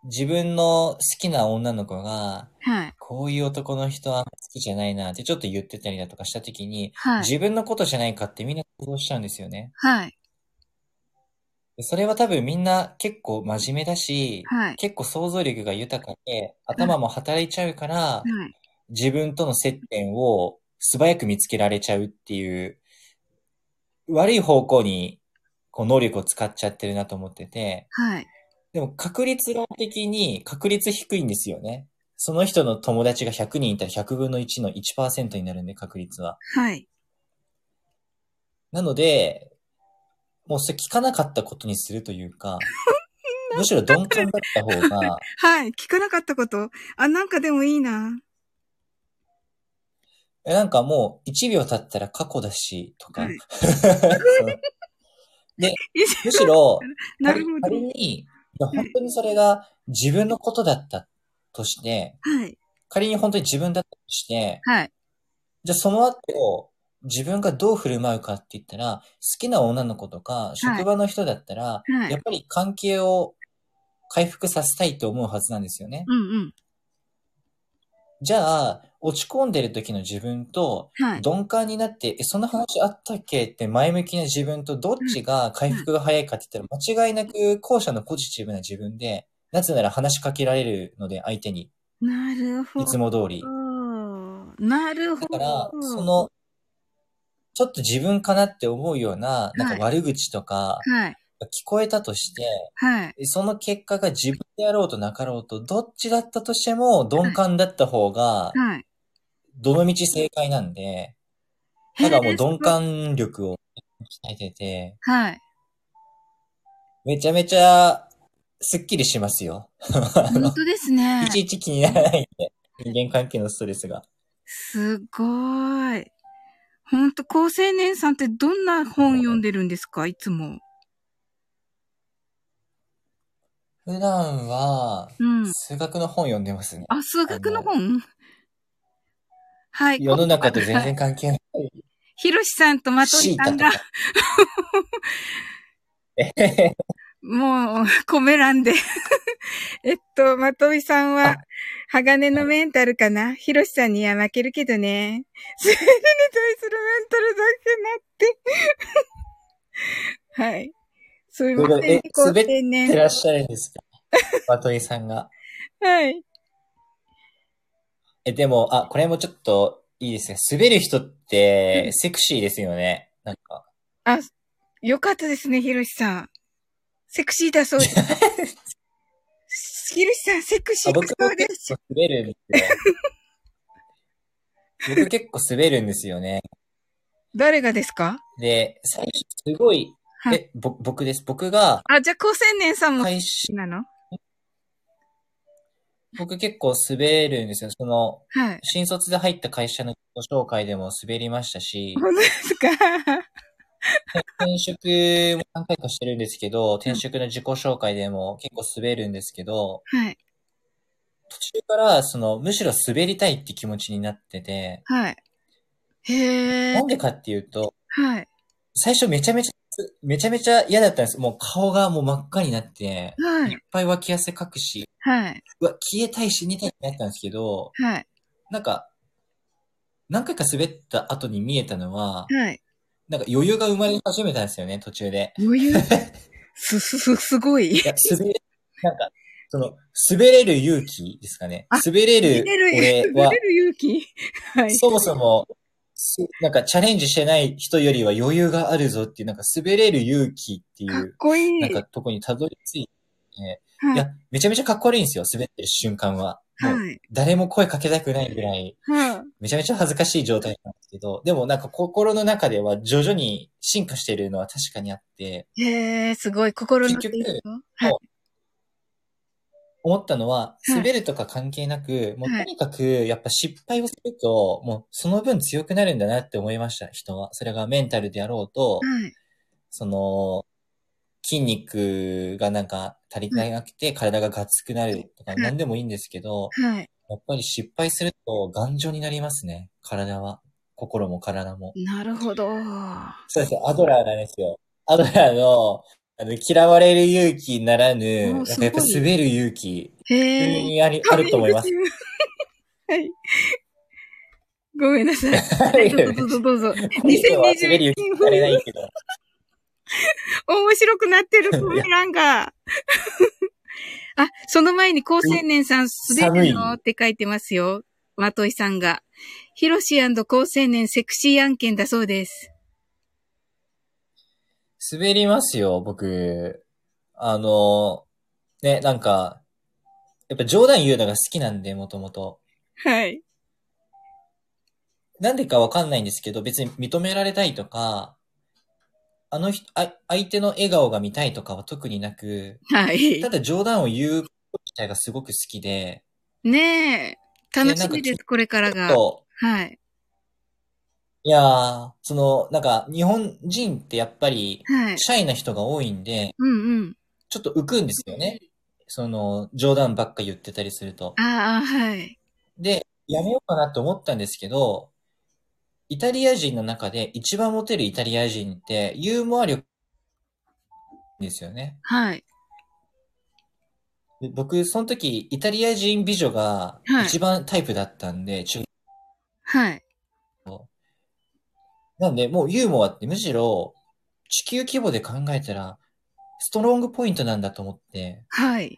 自分の好きな女の子が、
はい。
こういう男の人は好きじゃないなってちょっと言ってたりだとかしたときに、
はい。
自分のことじゃないかってみんな想像しちゃうんですよね。
はい。
でそれは多分みんな結構真面目だし、
はい。
結構想像力が豊かで、頭も働いちゃうから、
はい。
自分との接点を素早く見つけられちゃうっていう、悪い方向に、こう、能力を使っちゃってるなと思ってて、
はい。
でも確率論的に確率低いんですよね。その人の友達が100人いたら100分の1の1%になるんで、確率は。
はい。
なので、もうそれ聞かなかったことにするというか、むしろ鈍感だった方が、
はい。聞かなかったこと。あ、なんかでもいいな。
えなんかもう1秒経ったら過去だし、とか。
はい
そう むしろ、
なるほど。は
仮仮に、いや本当にそれが自分のことだったとして、
い。
仮に本当に自分だったとして、
はい。
じゃあその後、自分がどう振る舞うかって言ったら、好きな女の子とか、職場の人だったら、
はい
やっぱり関係を回復させたいと思うはずなんですよね。
うんうん。
じゃあ、落ち込んでる時の自分と、
はい。
鈍感になって、え、そんな話あったっけって前向きな自分とどっちが回復が早いかって言ったら間違いなく後者のポジティブな自分で、なぜなら話しかけられるので相手に、
なるほ
いつ
ど。
も通り。
なるほ
だ
ど。
から、その、ちょっと自分かなって思うような、なんか悪口とか
はい。
が聞こえたとして、
はい。
その結果が自分であろうとなかろうと、どっちだったとしても鈍感だった方が、
はい。
どの道正解なんで、ただもう鈍感力を鍛えてて、
はい。
めちゃめちゃ、すっきりしますよ。
本当ですね
い。ちいち気にならないんで、人間関係のストレスが。
すごい。本当高青年さんってどんな本読んでるんですかいつも。
普段は、
うん。
数学の本読んでますね。
あ、数学の本はい。
世の中と全
はい
然関係ない。
ひろしさんと まとりさんが、もう、コメ欄で。 えっと、まといさんは
あ、
鋼のメンタルかな。ひろしさんには負けるけどね。それに対するメンタルだけなって。 はい。すいませんね
え、
高青
滑って
年
いらっしゃるんですかまといさんが。
はい。
え、でも、あ、これもちょっといいですね。滑る人って、セクシーですよね。なんか。
あ、よかったですね、ひろしさん。セクシーだそう です。ひろしさん、セクシ
あ
ーだ
僕
そ
も
うです
結。構滑るんですよ。僕結構滑るんですよね。
誰がですか
で、最初すごい、
はい
え、ぼ、僕です。僕が、
あ、じゃあ、高青年さんも好
開
き
始、
なの
僕結構滑るんですよ。その、
はい。
新卒で入った会社の自己紹介でも滑りましたし、
本当ですか
転職も何回かしてるんですけど、転職の自己紹介でも結構滑るんですけど、
はい。
途中から、その、むしろ滑りたいって気持ちになってて、
はい。へえ
な。んでかっていうと、
はい。
最初めちゃめちゃ、めちゃめちゃ嫌だったんです。もう顔がもう真っ赤になって、
はい
っ
い。
ぱい脇汗かくし、
はい。
うわ、消えたい死にたいってなったんですけど、
はい。
なんか、何回か滑った後に見えたのは、
はい。
なんか余裕が生まれ始 めたんですよね、途中で。
余裕。す、す、す、すごい
い。や、滑り、なんか、その、滑れる勇気ですかね
あ。
滑れ
滑
る
れる、
俺は
滑れ、る勇気はい。
そもそも、すなんかチャレンジしてない人よりは余裕があるぞっていう、なんか滑れる勇気ってい
かっ
う、
こいい。
なんかとこにたどり着いて、
はい
いや、めちゃめちゃかっこ悪いんですよ、滑ってる瞬間は。もう
はい。
誰も声かけたくないぐらい、
はい。
めちゃめちゃ恥ずかしい状態なんですけど、でもなんか心の中では徐々に進化してるのは確かにあって、
へえ、すごい。心の
結局
いい人はい。
思ったのは、
い
滑るとか関係なく、もう
はい
とにかく、やっぱ失敗をすると、もうその分強くなるんだなって思いました、人は。それがメンタルであろうと、
はい。
その、筋肉がなんか足りなくて体ががつくなるとか
うん
何でもいいんですけど、
はい。
やっぱり失敗すると頑丈になりますね。体は。心も体も。
なるほど。は
そうです。アドラーなんですよ。アドラーの、あの、嫌われる勇気ならぬ、
お
な
ー
ん
す
か
ごい
やっぱ滑る勇気、
い。へえ。
にあり、あると思います。。
はい。ごめんなさい。
あ
はい、どうぞどうぞどうぞ。
滑る
2021
勇気あれないけど。
面白くなってる、コメ欄が。 あ、その前に高青年さん、滑るの
寒い
って書いてますよ。まといさんが。ヒロシ高青年セクシー案件だそうです。
滑りますよ、僕。あの、ね、なんか、やっぱ冗談言うのが好きなんで、もともと。
はい。
なんでかわかんないんですけど、別に認められたいとか、あの人、あ、相手の笑顔が見たいとかは特になく、
はい
た。だ冗談を言うこと自体がすごく好きで、
ねえ。楽しみ
いやな
で
ん
す、これからが。
と、
はい。
いやー、その、なんか、日本人ってやっぱり、
はい。
シャイな人が多いんで、
うんうん。
ちょっと浮くんですよね。その、冗談ばっか言ってたりすると。
ああ、はい。
で、やめようかなと思ったんですけど、イタリア人の中で一番モテるイタリア人ってユーモア力ですよね。
はい。
で僕、その時、イタリア人美女が
はい
一番タイプだったんで、中
はい。
なんで、もうユーモアってむしろ地球規模で考えたらストロングポイントなんだと思って、
はい。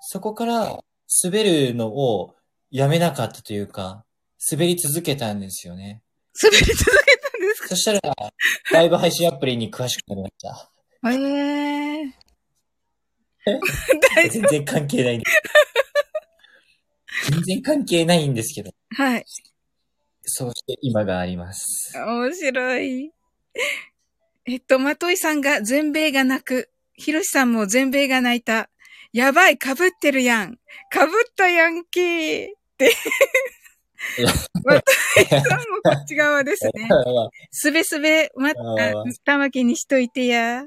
そこから滑るのをやめなかったというか、滑り続けたんですよね。
滑り続けたんですか
そしたら、ライブ配信アプリに詳しくなりました。
ええー。
全然関係ないんですけど。全然関係ないんですけど。
はい。
そうして今があります。
面白い。えっと、まといさんが全米が泣く。ひろしさんも全米が泣いた。やばい、かぶってるやん。かぶったやんけーって。まといさんもこっち側ですね。すべすべ、ま、あ
あー
たまきにしといてや。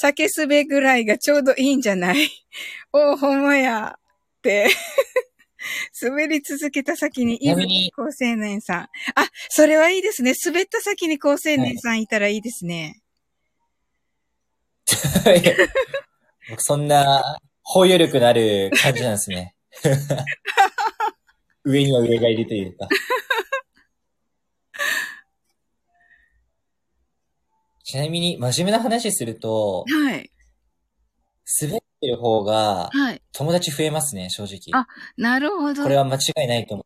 酒すべぐらいがちょうどいいんじゃない おう、ほんまや。って。 滑り続けた先に、
ち
い
ないみに
高青年さん。あ、それはいいですね。滑った先に高青年さんいたらいいですね。
僕そんな、包容力のある感じなんですね。上には上がいるというか。ちなみに、真面目な話すると、
はい。
滑ってる方が
はい。
友達増えますね、正直。
あなるほど。
これは間違いないと思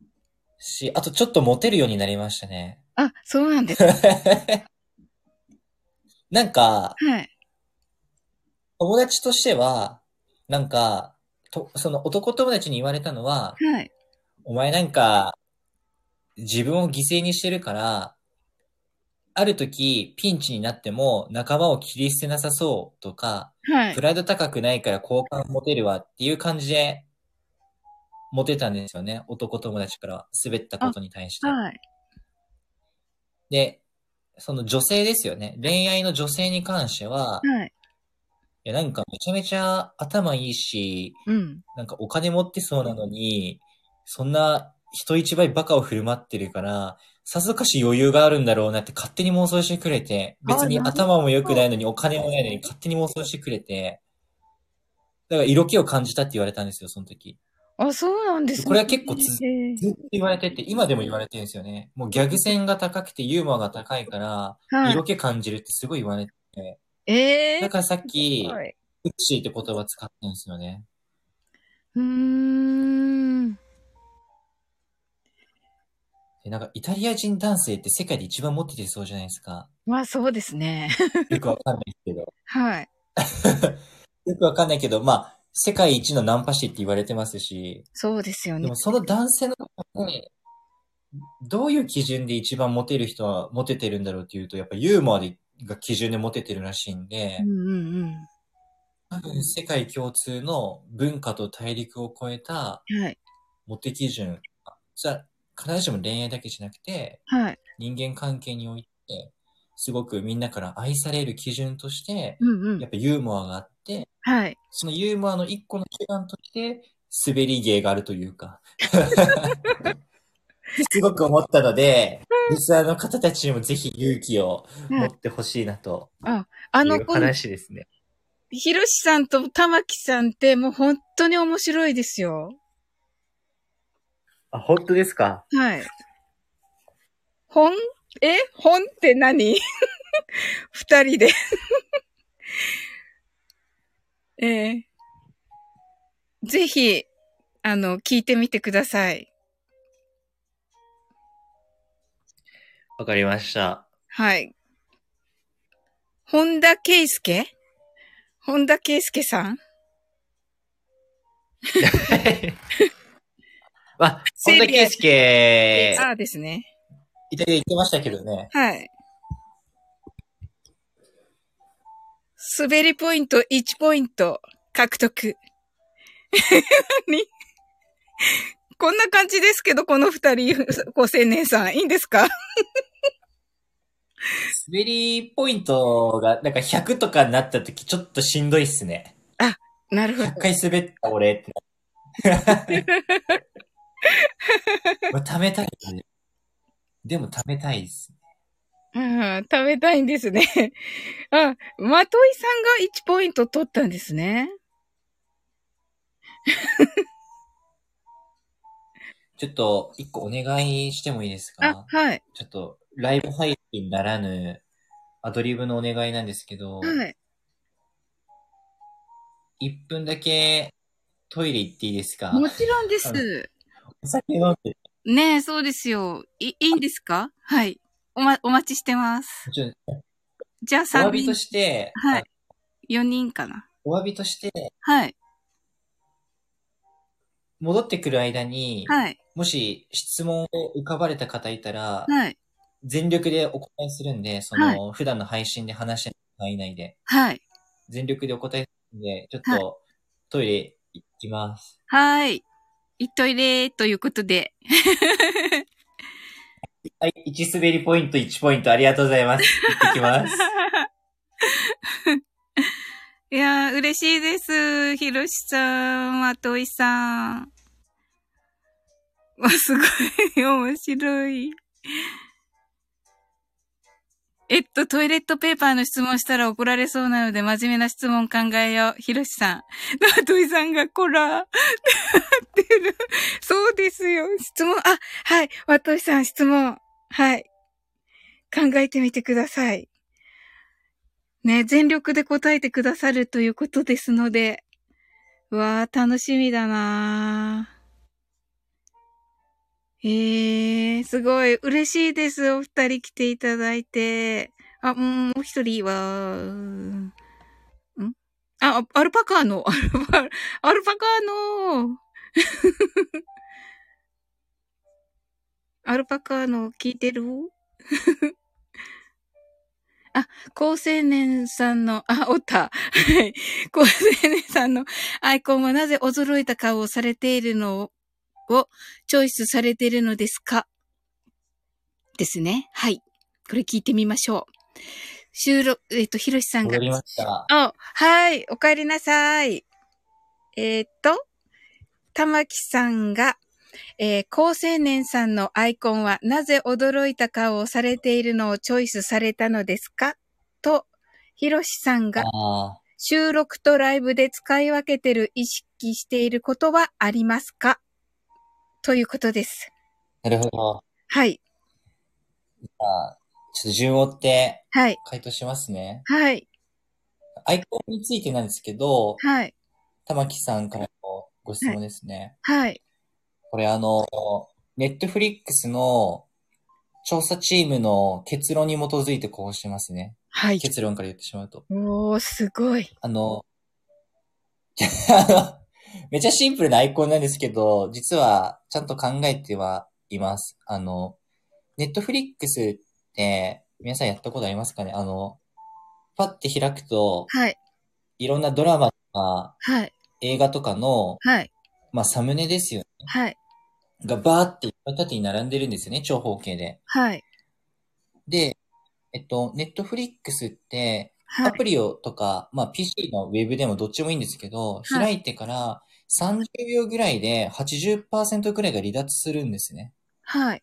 う。し、あとちょっとモテるようになりましたね。
あ、そうなん です。は
なんか、
い。
友達としては、なんか、と、その男友達に言われたのは、
はい。
お前なんか、自分を犠牲にしてるから、ある時、ピンチになっても仲間を切り捨てなさそうとか、
はい
プ。ライド高くないから好感持てるわっていう感じで、モテたんですよね。男友達から滑ったことに対して。
はい。
で、その女性ですよね。恋愛の女性に関しては、
はい。
いやなんかめちゃめちゃ頭いいし、
うん。
なんかお金持ってそうなのに、そんな人一倍バカを振る舞ってるから、さぞかし余裕があるんだろうなって勝手に妄想してくれて、別に
あなる
頭も良くないのにお金もないのに勝手に妄想してくれて、だから色気を感じたって言われたんですよ、その時。
あ、そうなんですね。
これは結構続
へー
ずっと言われてて、今でも言われてるんですよね。もうギャグ線が高くてユーモアが高いから、
はい
色。気感じるってすごい言われて。
ええ
だからさっき、
はい。
セクシーって言葉使ってるんですよね。
うーん。
でなんか、イタリア人男性って世界で一番モテてそうじゃないですか。
まあそうですね。
よくわかんないけど。
はい。
よくわかんないけど、まあ、世界一のナンパ師って言われてますし、
そうですよ
で
ね
も。その男性の中に、どういう基準で一番モテる人はモテてるんだろうっていうと、やっぱユーモアでが基準でモテてるらしいんで
うん、うん
多分世界共通の文化と大陸を超えた
うん。はい。
モテ基準、じゃあ必ずしも恋愛だけじゃなくて、
はい。
人間関係において、すごくみんなから愛される基準として、
うんうん。
やっぱユーモアがあって、
はい。
そのユーモアの一個の手段として、滑り芸があるとい うか。すごく思ったので、リスナーの方たちにもぜひ勇気を持ってほしいなと
あ
い
の、
う
この、
話ですね。
ひろしさんと玉木さんってもう本当に面白いですよ。
あ、本当ですか
はい。本え本って何 二人で ええぜひ、あの、聞いてみてください。
わかりました。
はい。本田圭介本田圭介さん
あ、本田圭介、
ああですね。
イタリア行ってましたけどね。
はい。滑りポイント1ポイント獲得。 何こんな感じですけど、この二人、ご青年さん、いいんですか
滑りポイントが、なんか100とかになった時ちょっとしんどいっすね。
なるほど。
100回滑った俺 って。まあ、貯めたいですね。でも貯めたいです。
うん食べたいんですね。 あ、まといさんが1ポイント取ったんですね。
ちょっと、一個お願いしてもいいです
あ
か、
はい、
ちょっと、ライブ配信ならぬ、アドリブのお願いなんですけど、
はい。
1分だけトイレ行っていいですか
もちろんで
あ
す。
お酒飲んで、
ねえ、そうですよ。い、いいんですかはい。おま、お待ちしてます。
もちろん
じゃあ
お詫
3
び
人
と、して、
は
あ
い。4人かな。
お詫びとして、
はい。
戻ってくる間に、
はい。
もし質問を浮かばれた方いたら、
はい。
全力でお答えするんで、その、普段の配信で話してる範囲内で、
はい。
全力でお答えするんで、ちょっと、トイレ行きます。
はい。いっといれーということで。
はい、1滑りポイント1ポイントありがとうございます。行ってき ます。
いやー、嬉しいです。ひろしさん、まといさん。わ、すごい、面白い。えっと、トイレットペーパーの質問したら怒られそうなので、真面目な質問考えよう。ひろしさん。まといさんが、こら、ってなってる。そうですよ。質問、あ、はい。まといさん、質問。はい。考えてみてください。ね、全力で答えてくださるということですので、うわー、楽しみだなー。えー、すごい、嬉しいです。お二人来ていただいて。あ、うんもう一人は、うんあ、アルパカーノ。アルパ、アルパカーノ。アルパカーノ聞いてる 高青年さんの、あ、おった。はい。高青年さんのアイコンはなぜ驚いた顔をされているのをチョイスされているのですかですね。はい。これ聞いてみましょう。収録、えっ、と、ひろしさんが
戻。りました。
あ、はい。お帰りなさい。えーっと、玉木さんが、えー高青年さんのアイコンはなぜ驚いた顔をされているのをチョイスされたのですかと、ひろしさんが
あ
収録とライブで使い分けてる意識していることはありますかということです。
ーなるほど。
はい。
じゃあ、ちょっと順を追って
はい。
回答しますね。
はい。
アイコンについてなんですけど、
はい。
玉木さんからのご質問ですね。
はい。
これあの、ネットフリックスの調査チームの結論に基づいてこうしてますね。
はい。
結論から言ってしまうと。
おー、すごい。
あの、あの めちゃシンプルなアイコンなんですけど、実はちゃんと考えてはいます。あの、ネットフリックスって、皆さんやったことありますかねあの、パッて開くと、
はい。
いろんなドラマとか
はい。
映画とかの、
はい。
まあ、サムネですよね。
はい。
がバーっていっぱい縦に並んでるんですよね、長方形で。
はい。
で、えっと、ネットフリックスって、
は
ア
い。
プリをとか、まあ PC のウェブでもどっちもいいんですけど、
い
開いてから30秒ぐらいで80%くらいが離脱するんですね。
はい。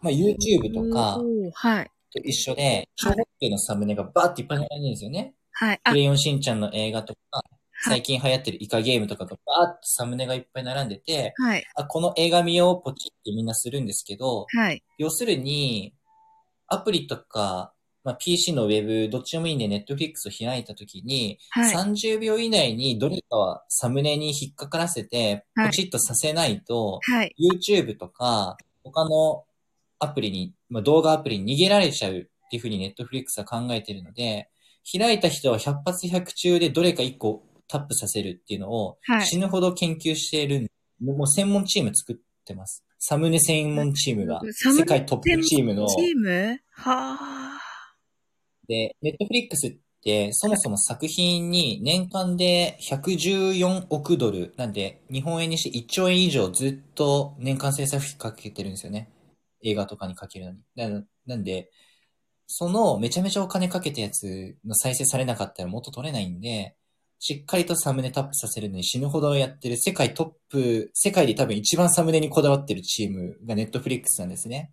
まあ YouTube とか
おーはい。
と一緒で、小学生のサムネがバーっていっぱい並んでるんですよね。
はい。あ
ク、レヨンしんちゃんの映画とか、
はい
最近流行ってるイカゲームとかがバーってサムネがいっぱい並んでて、
はい。
あ、この映画見ようポチってみんなするんですけど、
はい。
要するに、アプリとか、まあ、PC のウェブ、どっちでもいいんで、Netflix を開いたときに、
はい。
30秒以内にどれかはサムネに引っかからせて、
はい
ポチッとさせないと、
はい。
YouTube とか、他のアプリに、まあ、動画アプリに逃げられちゃうっていうふうに Netflix は考えてるので、開いた人は100発100中でどれか1個タップさせるっていうのを、
はい。
死ぬほど研究しているん、もう専門チーム作ってます。サムネ専門チームが、
サムネ
世界トップチームの、
チームはあ。
で、ネットフリックスって、そもそも作品に年間で114億ドル、なんで、日本円にして1兆円以上ずっと年間制作費かけてるんですよね。映画とかにかけるのに。ななんで、そのめちゃめちゃお金かけたやつの再生されなかったら元取れないんで、しっかりとサムネタップさせるのに死ぬほどやってる世界トップ、世界で多分一番サムネにこだわってるチームがネットフリックスなんですね。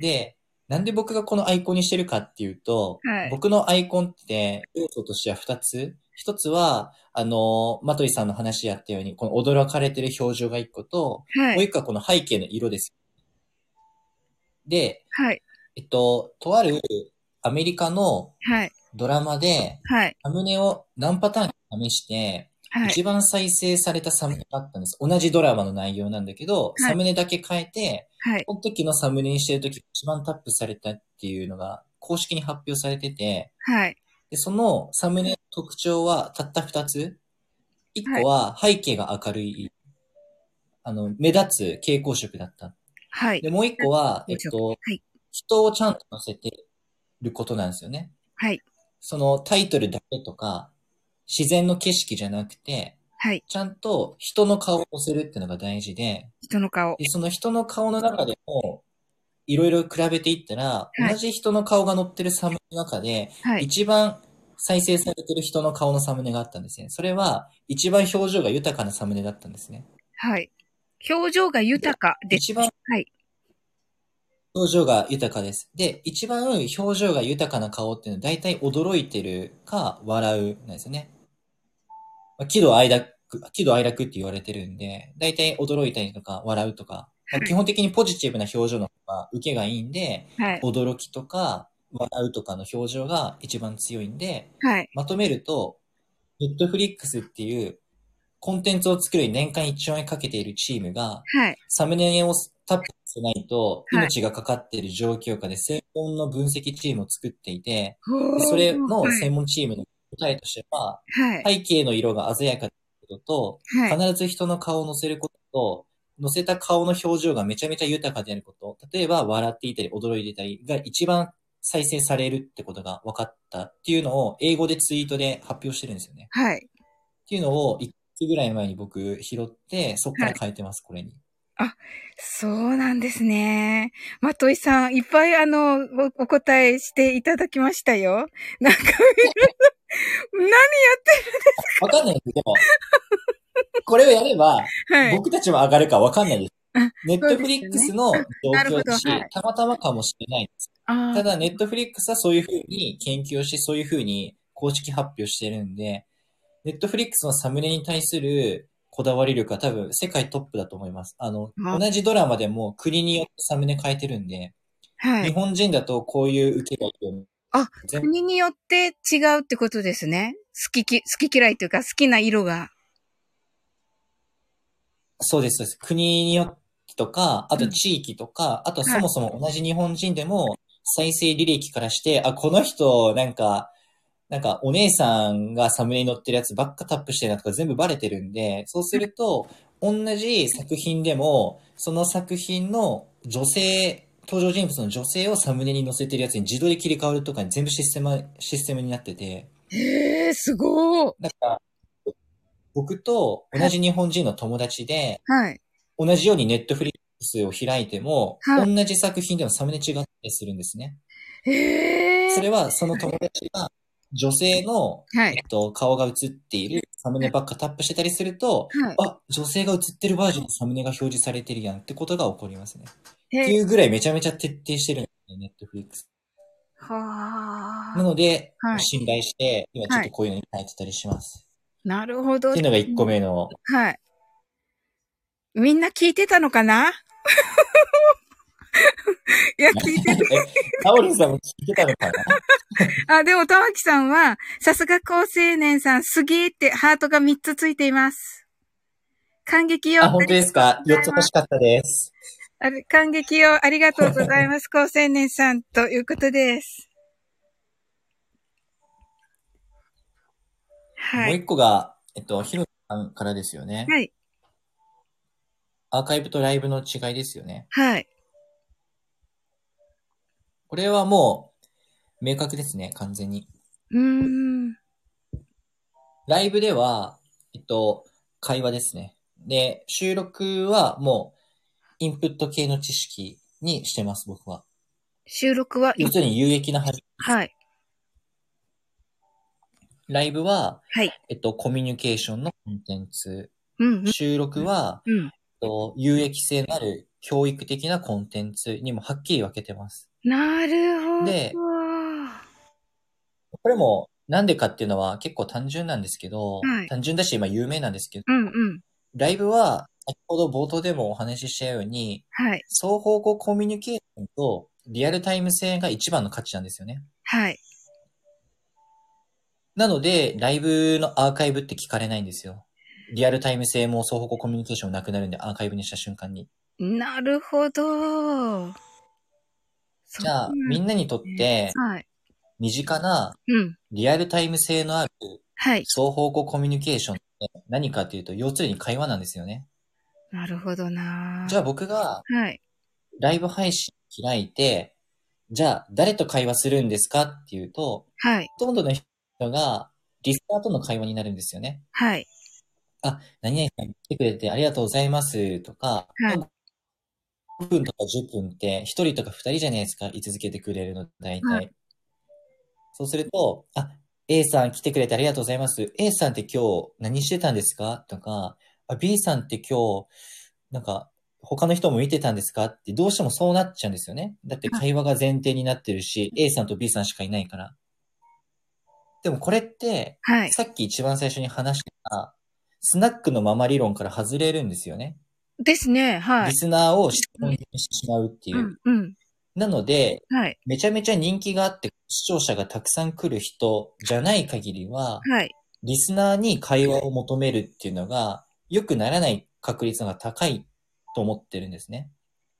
で、なんで僕がこのアイコンにしてるかっていうと、
はい
僕のアイコンって要素としては2つ。1つは、あの、マトリさんの話やったように、この驚かれてる表情が1個と、
は
もう
い。
1個はこの背景の色です。で、
はい。
えっと、とあるアメリカの
はい。
ドラマで、
はい。
サムネを何パターンか試して、
はい。
一番再生されたサムネだったんです。同じドラマの内容なんだけど、
はい
サムネだけ変えて、
はい。
この時のサムネにしてる時一番タップされたっていうのが公式に発表されてて、
はい。
で、そのサムネの特徴はたった二つ。一個は背景が明るい、あの、目立つ蛍光色だった。
はい。
で、もう一個は、えっ
蛍光
と、
はい
人をちゃんと乗せてることなんですよね。
はい。
そのタイトルだけとか、自然の景色じゃなくて、
はい。
ちゃんと人の顔を乗せるっていうのが大事で、
人の顔。
でその人の顔の中でも、いろいろ比べていったら、
はい
同じ人の顔が乗ってるサムネの中で、
はい。
一番再生されてる人の顔のサムネがあったんですね。それは、一番表情が豊かなサムネだったんですね。
はい。表情が豊かです。
一番
はい。
表情が豊かです。で、一番表情が豊かな顔っていうのは、大体驚いてるか、笑うなんですよね。まあ、喜怒哀楽、喜怒哀楽って言われてるんで、大体驚いたりとか、笑うとか、まあ基本的にポジティブな表情の方が受けがいいんで、
はい。
驚きとか、笑うとかの表情が一番強いんで、
はい。
まとめると、ネットフリックスっていうコンテンツを作るに年間1兆円かけているチームが、
はい。
サムネをタップしないと、
はい
命がかかっている状況下で専門の分析チームを作っていて、
ほー
それの
はい。
専門チームの答えとしては、
はい。
背景の色が鮮やかなこと
は
と、
い。
必ず人の顔を乗せることと、乗せた顔の表情がめちゃめちゃ豊かであること、例えば笑っていたり驚いていたりが一番再生されるってことが分かったっていうのを英語でツイートで発表してるんですよね。
はい。
っていうのを1期ぐらい前に僕拾って、そこから変えてます、これに。
そうなんですね。まといさん、いっぱいあの、おお答えしていただきましたよ。なんか、何や
わかんないです、でも。 これをやれば、
はい。
僕たちも上がるかわかんないです
あ。
ネッ
そうで
トフ
す
リ
よ
ッ
ね
クスの状
なるほ
況
ど
だし
はい、
たまたまかもしれないです。
あ
た
ー
だ、ネットフリックスはそういうふうに研究をし、そういうふうに公式発表してるんで、ネットフリックスのサムネに対するこだわり力は多分世界トップだと思います。あの、
あ
同じドラマでも国によってサムネ変えてるんで、
は
日
い。
本人だとこういう受けがいいよね
あ、
全
国によって違うってことですね。好きき、好き嫌いというか好きな色が。
そうです、そうです。国によってとか、あと地域とか、あとそもそも同じ日本人でも、再生履歴からして、あ、この人、なんか、なんかお姉さんがサムネに載ってるやつばっかタップしてるなとか全部バレてるんで、そうすると、同じ作品でも、その作品の女性、登場人物の女性をサムネに載せてるやつに自動で切り替わるとかに全部システム、システムになってて、
へえ、すごー。
なんか、僕と同じ日本人の友達で、
はい。
同じようにネットフリックスを開いても、
は
同じ作品でもサムネ違ったりするんですね。
へえ。
それはその友達が女性の、
は
え
い。
っと、顔が映っているサムネばっかタップしてたりすると、
はい。
あ、女性が映ってるバージョンのサムネが表示されてるやんってことが起こりますね。
へ
ってい
え。
うぐらいめちゃめちゃ徹底してるんですね、ネットフリックス。
は
な
あ。
ので、
はい
信頼して、今ちょっとこういうのに変えてたりします。
なるほど
っていう。のが1個目の、
はい。みんな聞いてたのかな いや、聞いて、
え、タオリンさんも聞いてたのかな
あ、でも、玉木さんは、さすが高青年さん、すげーってハートが3つついています。感激よ。
あ、本当ですか ?4 つ欲しかったです。
あれ感激をありがとうござい ます、高青年さん、ということです。は
もう
い。
一個が、えっと、ヒロさんからですよね。
はい。
アーカイブとライブの違いですよね。
はい。
これはもう、明確ですね、完全に。
うーん。
ライブでは、えっと、会話ですね。で、収録はもう、インプット系の知識にしてます、僕は。
収録は、
要するに有益なはず。
はい。
ライブは、
はい。
えっと、コミュニケーションのコンテンツ。
うん、うん。
収録は、
うん。
えっと、有益性のある教育的なコンテンツにもはっきり分けてます。
なるほど。
でこれも、なんでかっていうのは結構単純なんですけど、
はい
単純だし今有名なんですけど、
うんうん。
ライブは先ほど冒頭でもお話ししたように、
はい。
双方向コミュニケーションとリアルタイム性が一番の価値なんですよね。
はい。
なので、ライブのアーカイブって聞かれないんですよ。リアルタイム性も双方向コミュニケーションもなくなるんで、アーカイブにした瞬間に。
なるほど。
じゃあ、み
な。
んなにとって、
はい。
身近な
うん。
リアルタイム性のある
はい。
双方向コミュニケーションって何かっていうと、要するに会話なんですよね。
なるほどな。
じゃあ僕が
はい。
ライブ配信開いて、じゃあ誰と会話するんですかっていうと、
はい。
ほとんどの人がリスナーとの会話になるんですよね。
はい。
何々さん来てくれてありがとうございますとか、
はい
5分とか10分って1人とか2人じゃないですか、居続けてくれるの、大体。
は
そうすると、あ、A さん来てくれてありがとうございます。A さんって今日何してたんですかとか、あ B さんって今日、なんか、他の人も見てたんですかって、どうしてもそうなっちゃうんですよね。だって会話が前提になってるし、A さんと B さんしかいないから。でもこれって、
はい。
さっき一番最初に話した、スナックのママ理論から外れるんですよね。
ですね。は
リ
い。
スナーを質問にしてしまうっていうう。
ん。うん。
なので、
はい。
めちゃめちゃ人気があって、視聴者がたくさん来る人じゃない限りは、
はい。
リスナーに会話を求めるっていうのが、良くならない確率が高いと思ってるんですね。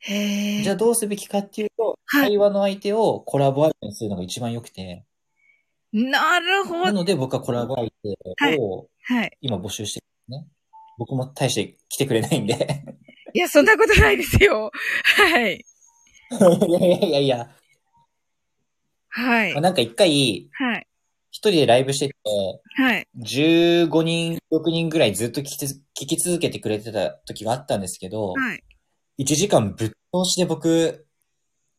へえ。
じゃあどうすべきかっていうと、
はい。
会話の相手をコラボ相手にするのが一番良くて、
なるほ
な
ど。
ので僕はコラボ相手を
はい。
今募集してるんですね。僕も大して来てくれないんで。
いや、そんなことないですよ。はい。
いやいやいやいや。
はい
まあ。なんか一回、
はい。
一人でライブしてて、
はい。
15人、6人ぐらいずっと聞きつ聞き続けてくれてた時があったんですけど、
はい。
1時間ぶっ通しで僕、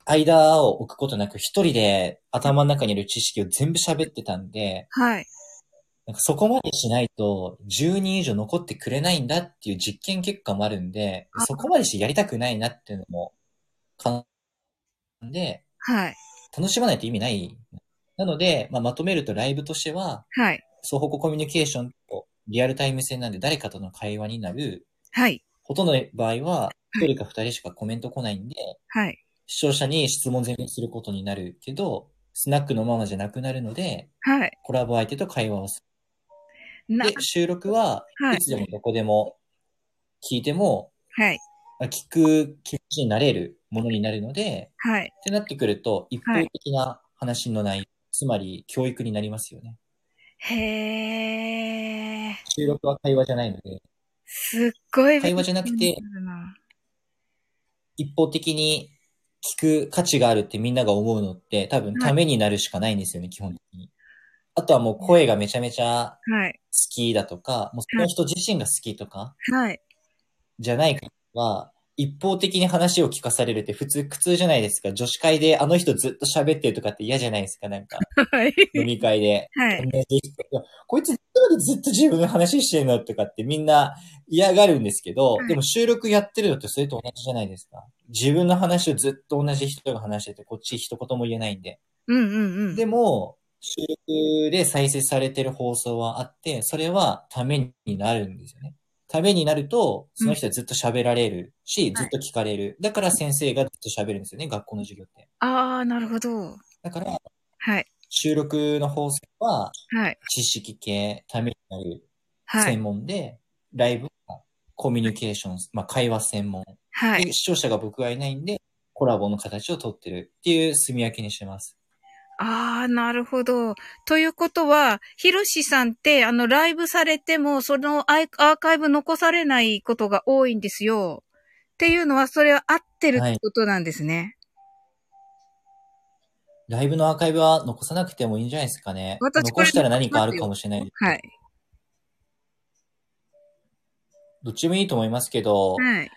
間を置くことなく一人で頭の中にいる知識を全部喋ってたんで、
はい。
なんかそこまでしないと10人以上残ってくれないんだっていう実験結果もあるんで、そこまでしてやりたくないなっていうのも、かんで、
はい。
楽しまないと意味ない。なので、まあ、まとめるとライブとしては、
はい。
双方向コミュニケーションとリアルタイム性なんで誰かとの会話になる。
はい。
ほとんどの場合は、一人か二人しかコメント来ないんで、
はい。
視聴者に質問全面することになるけど、スナックのままじゃなくなるので、
はい。
コラボ相手と会話をす
な
る。で、収録は
はい
いつでもどこでも聞いても、
はい。
あ聞く気持ちになれるものになるので、
はい。
ってなってくると、一方的な話のない、つまり教育になりますよね。
へー。
収録は会話じゃないので、
すっごい。
会話じゃなくて。一方的に聞く価値があるってみんなが思うのって、多分ためになるしかないんですよね、基本的に。あとはもう声がめちゃめちゃ
はい。
好きだとか、もうその人自身が好きとか、
はい。
じゃないかは、一方的に話を聞かされるって普通苦痛じゃないですか。女子会であの人ずっと喋ってるとかって嫌じゃないですか、なんか。
はい。
飲み会で。
はい。
同じ人いやこいつどこでずっと自分の話してんのとかってみんな嫌がるんですけど、
はい
でも収録やってるのってそれと同じじゃないですか。自分の話をずっと同じ人が話してて、こっち一言も言えないんで。
うんうんうん。
でも、収録で再生されてる放送はあって、それはためになるんですよね。ためになると、その人はずっと喋られるし、
は
ず
い
っと聞かれる。だから先生がずっと喋るんですよね、学校の授業って。
ああ、なるほど。
だから、
はい。
収録の放送は
はい。
知識系、ためになる
はい。
専門で、ライブはコミュニケーション、まあ、会話専門、
はい。
で視聴者が僕がいないんで、コラボの形をとってるっていう住み分けにしてます。
ああ、なるほど。ということは、ひろしさんって、あの、ライブされても、そのアイアーカイブ残されないことが多いんですよ。っていうのは、それは合ってるってことなんですね。
ライブのアーカイブは残さなくてもいいんじゃないですかね。
私こ
残
れ
したら何かあるかもしれない。
はい。
どっちもいいと思いますけど、
はい。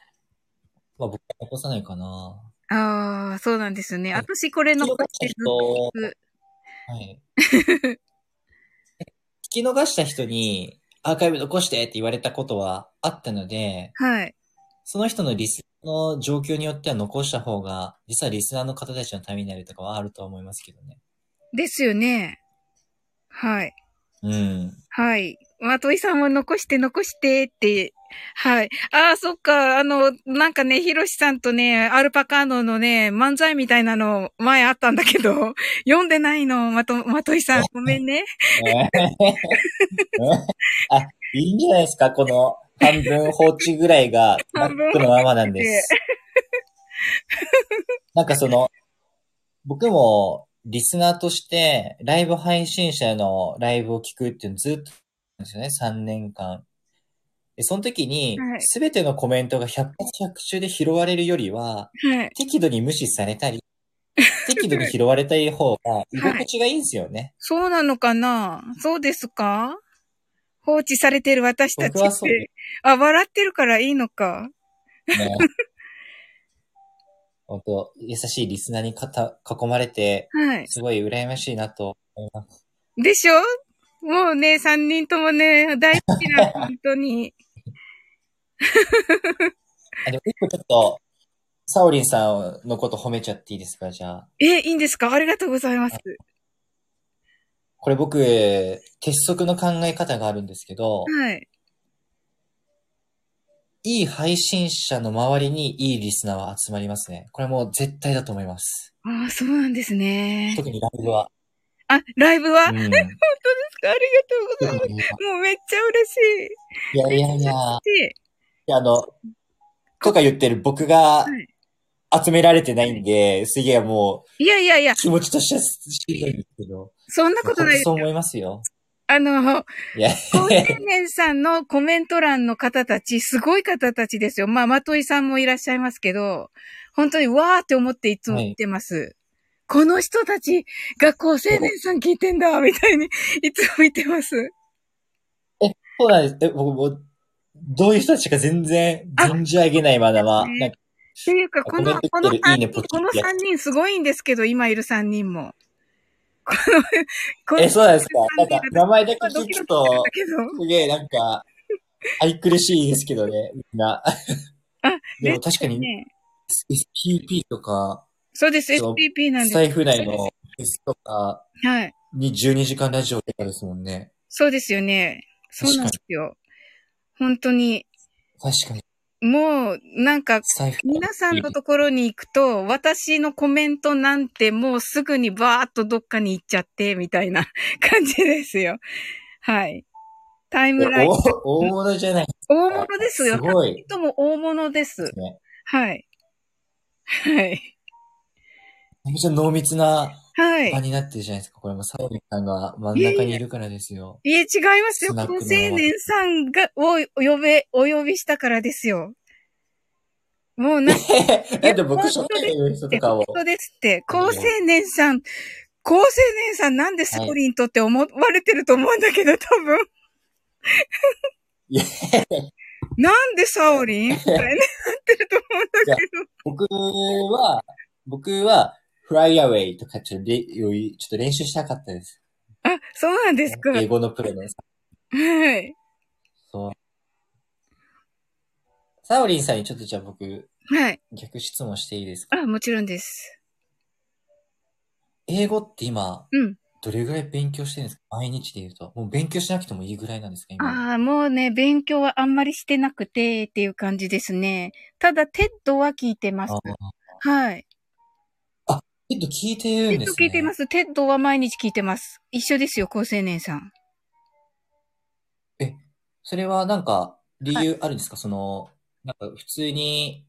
まあ僕は残さないかな。
ああ、そうなんですね。
はい
私これ
聞き
残
逃
っ
してた
る。
人、
ず
はい。 聞き逃した人にアーカイブ残してって言われたことはあったので、
はい。
その人のリスナーの状況によっては残した方が、実はリスナーの方たちのためになるとかはあるとは思いますけどね。
ですよね。はい。
うん。
はい。まといさんも残して残してって。はい。ああ、そっか。あの、なんかね、ひろしさんとね、アルパカーノのね、漫才みたいなの前あったんだけど、 読んでないの、まと、まといさん。ごめんね。
あ、いいんじゃないですかこの半分放置ぐらいが、バ
半分
ックのままなんです。 なんかその、僕もリスナーとして、ライブ配信者のライブを聞くっていうのずっとなんですよね、3年間。で、その時に
はい、
すべてのコメントが100発100中で拾われるよりは、
はい。
適度に無視されたり、適度に拾われたい方が居心地がいいんですよね。
そうなのかなそうですか放置されてる私たち
僕は
っ
そうで
て。あ、笑ってるからいいのか。
ね。 本当優しいリスナーにかた囲まれて、
はい。
すごい羨ましいなと思います。
でしょもうね、三人ともね、大好きな、本当に。
あ、でも一個ちょっと、サオリンさんのこと褒めちゃっていいですかじゃあ。
え、いいんですかありがとうございます。
これ僕、鉄則の考え方 があるんですけど、
はい。
いい配信者の周りにいいリスナーは集まりますね。これもう絶対だと思います。
ああ、そうなんですね。
特にライブは。
あ、ライブは、
う
あり
ん。
がとうございま
特に
す。もうめっちゃ嬉しい。
いやいやいや、
で、
いやあの、とか言ってる僕が
はい
集められてないんで、すげえもう、
いやいやいや、
気持ちとしてはしんどいんですけど。
そんなことないです
そう思いますよ。
あの、
いや、
高青年さんのコメント欄の方たち、すごい方たちですよ。まあ、まといさんもいらっしゃいますけど、本当にわーって思っていつも言ってます。この人たちが高青年さん聞いてんだ、みたいに、いつも言ってます。
そうなんです。え、僕も、どういう人たちか全然存じ上げないまだは。
ね
なんか
っていうか、こ
コメン
の、
ト
この
来て
3
るいいね
人、
ポチ
この
ってやつ
三人すごいんですけど、今いる3人も。この、この
え、そうなんですか。なんか
こ、の
名前だけ
ド
聞
キド
く
キするん
と
だ、けど。
すげえなんか、愛くるしいですけどね、みんな。でも確かに、
ね、
SPP とか、
そうです、
そう
SPP なんです。
スタイフ内のフェスとか
はい。
に12時間ラジオとかですもんね。
そうですよね。そうなんですよ。本当に。
確かに。
もう、なんか、
スタイフ
皆さんのところに行くと、私のコメントなんてもうすぐにバーっとどっかに行っちゃって、みたいな感じですよ。はい。タイムライン。
お大物じゃないで
大物ですよ。
すごい
二人とも大物です
す。ね。
はい。はい。
めちゃくちゃ濃密な
はい。
場になってるじゃないですか。これもサオリンさんが真ん中にいるからですよ。
いえ、違いますよ。
ス
こ
ナック
の
の
青年さんが、をお呼べ、お呼びしたからですよ。もうな、
えへへだって僕初対面の人とかを
本。当ですって、高青年さん、高青年さんなんでスコリンとって思われてると思うんだけど、多分。
いや
なんでサオ リンみたいになってると思うんだけど。
僕は、僕は、フライアウェイとかちょっとれよりちょっと練習したかったです。
あ、そうなんですか。
英語のプロです。
はい。
そう。サオリンさんにちょっとじゃあ僕、
はい。
逆質問していいですか
あ、もちろんです。
英語って今、
うん。
どれぐらい勉強してるんですか毎日で言うと。もう勉強しなくてもいいぐらいなんですか今。
ああ、もうね、勉強はあんまりしてなくてっていう感じですね。ただ、テッドは聞いてます
あ。
はい。
ちょっと聞いてるん
テ
で
ッド
す
聞
ね。。
いてますす。テッドは毎日聞いてます。一緒ですよ、高青年さん。
それはなんか、理由あるんですか、その、なんか普通に、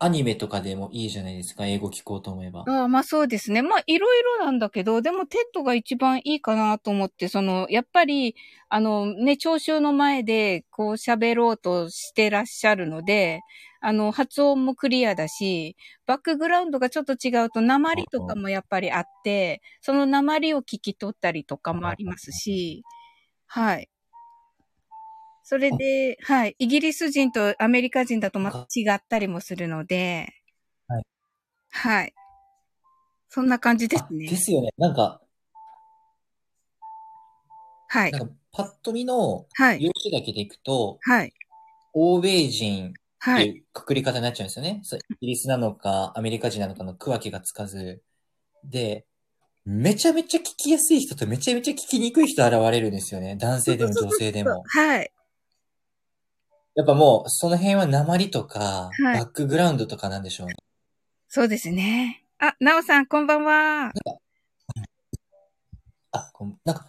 アニメとかでもいいじゃないですか。英語聞こうと思えば。
ああ、まあそうですね。まあいろいろなんだけど、でもテッドが一番いいかなと思って、その、やっぱり、あのね、聴衆の前でこう喋ろうとしてらっしゃるので、あの、発音もクリアだし、バックグラウンドがちょっと違うと、鉛とかもやっぱりあって、その鉛を聞き取ったりとかもありますし、はい。それで、はい。イギリス人とアメリカ人だとまた違ったりもするので、
はい。
はい。そんな感じです
あ
ね
で。すよね。なんか、
はい。
なんかパッと見の
はい。
用紙だけでいくと、
はい。
欧米人っ
は
て
い。
いうくくり方になっちゃうんですよね。そうイギリスなのか、アメリカ人なのかの区分けがつかず。で、めちゃめちゃ聞きやすい人とめちゃめちゃ聞きにくい人現れるんですよね。男性でも女性でも。
はい。
やっぱもう、その辺は鉛と
は
か、
い
バックグラウンドとかなんでしょうね。
そうですね。あ、なおさん、こんばんは。
あ、こん、なんか、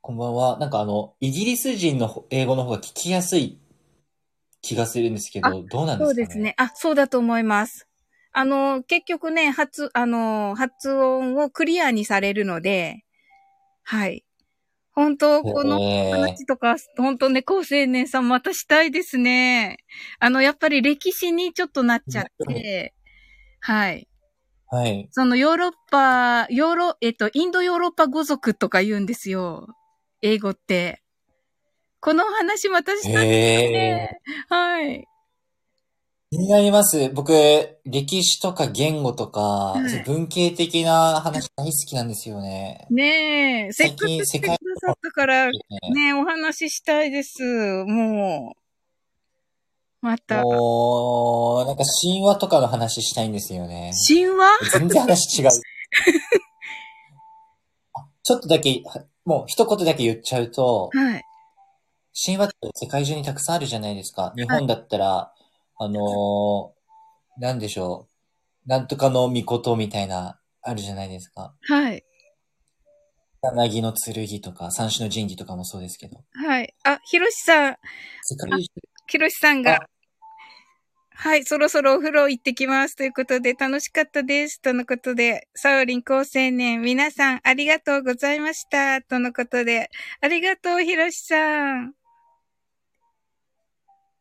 こんばんは。なんかあの、イギリス人の方英語の方が聞きやすい気がするんですけ
あ
ど、どうなんで
そう
すかね。
ですね。あ、そうだと思います。あの、結局ね、発、あの、発音をクリアにされるので、はい。本当、この
へー
話とか、本当ね、高青年さんまたしたいですね。あの、やっぱり歴史にちょっとなっちゃって、はい。
はい。
そのヨーロッパ、ヨーロ、えっと、インドヨーロッパ語族とか言うんですよ。英語って。この話またしたいですね。はい。
気になります。僕、歴史とか言語とか、
い
そう文系的な話大好きなんですよね。
ねえ、せっ
最
かく
近
来てくださったから、ねお話ししたいです。もう。また。
もう、なんか神話とかの話したいんですよね。
神話
全然話違う。 あちょっとだけ、はもう一言だけ言っちゃうと、
はい。
神話って世界中にたくさんあるじゃないですか。日本だったら、あのー、なんでしょう。なんとかの御事みたいな、あるじゃないですか。
はい。
さなぎの剣とか、三種の神器とかもそうですけど。
はい。あ、ひろしさん、
世界中
ひろしさんが、はい、そろそろお風呂行ってきます。ということで、楽しかったです。とのことで、サオリン高青年、皆さんありがとうございました。とのことで、ありがとう、ひろしさん。
あ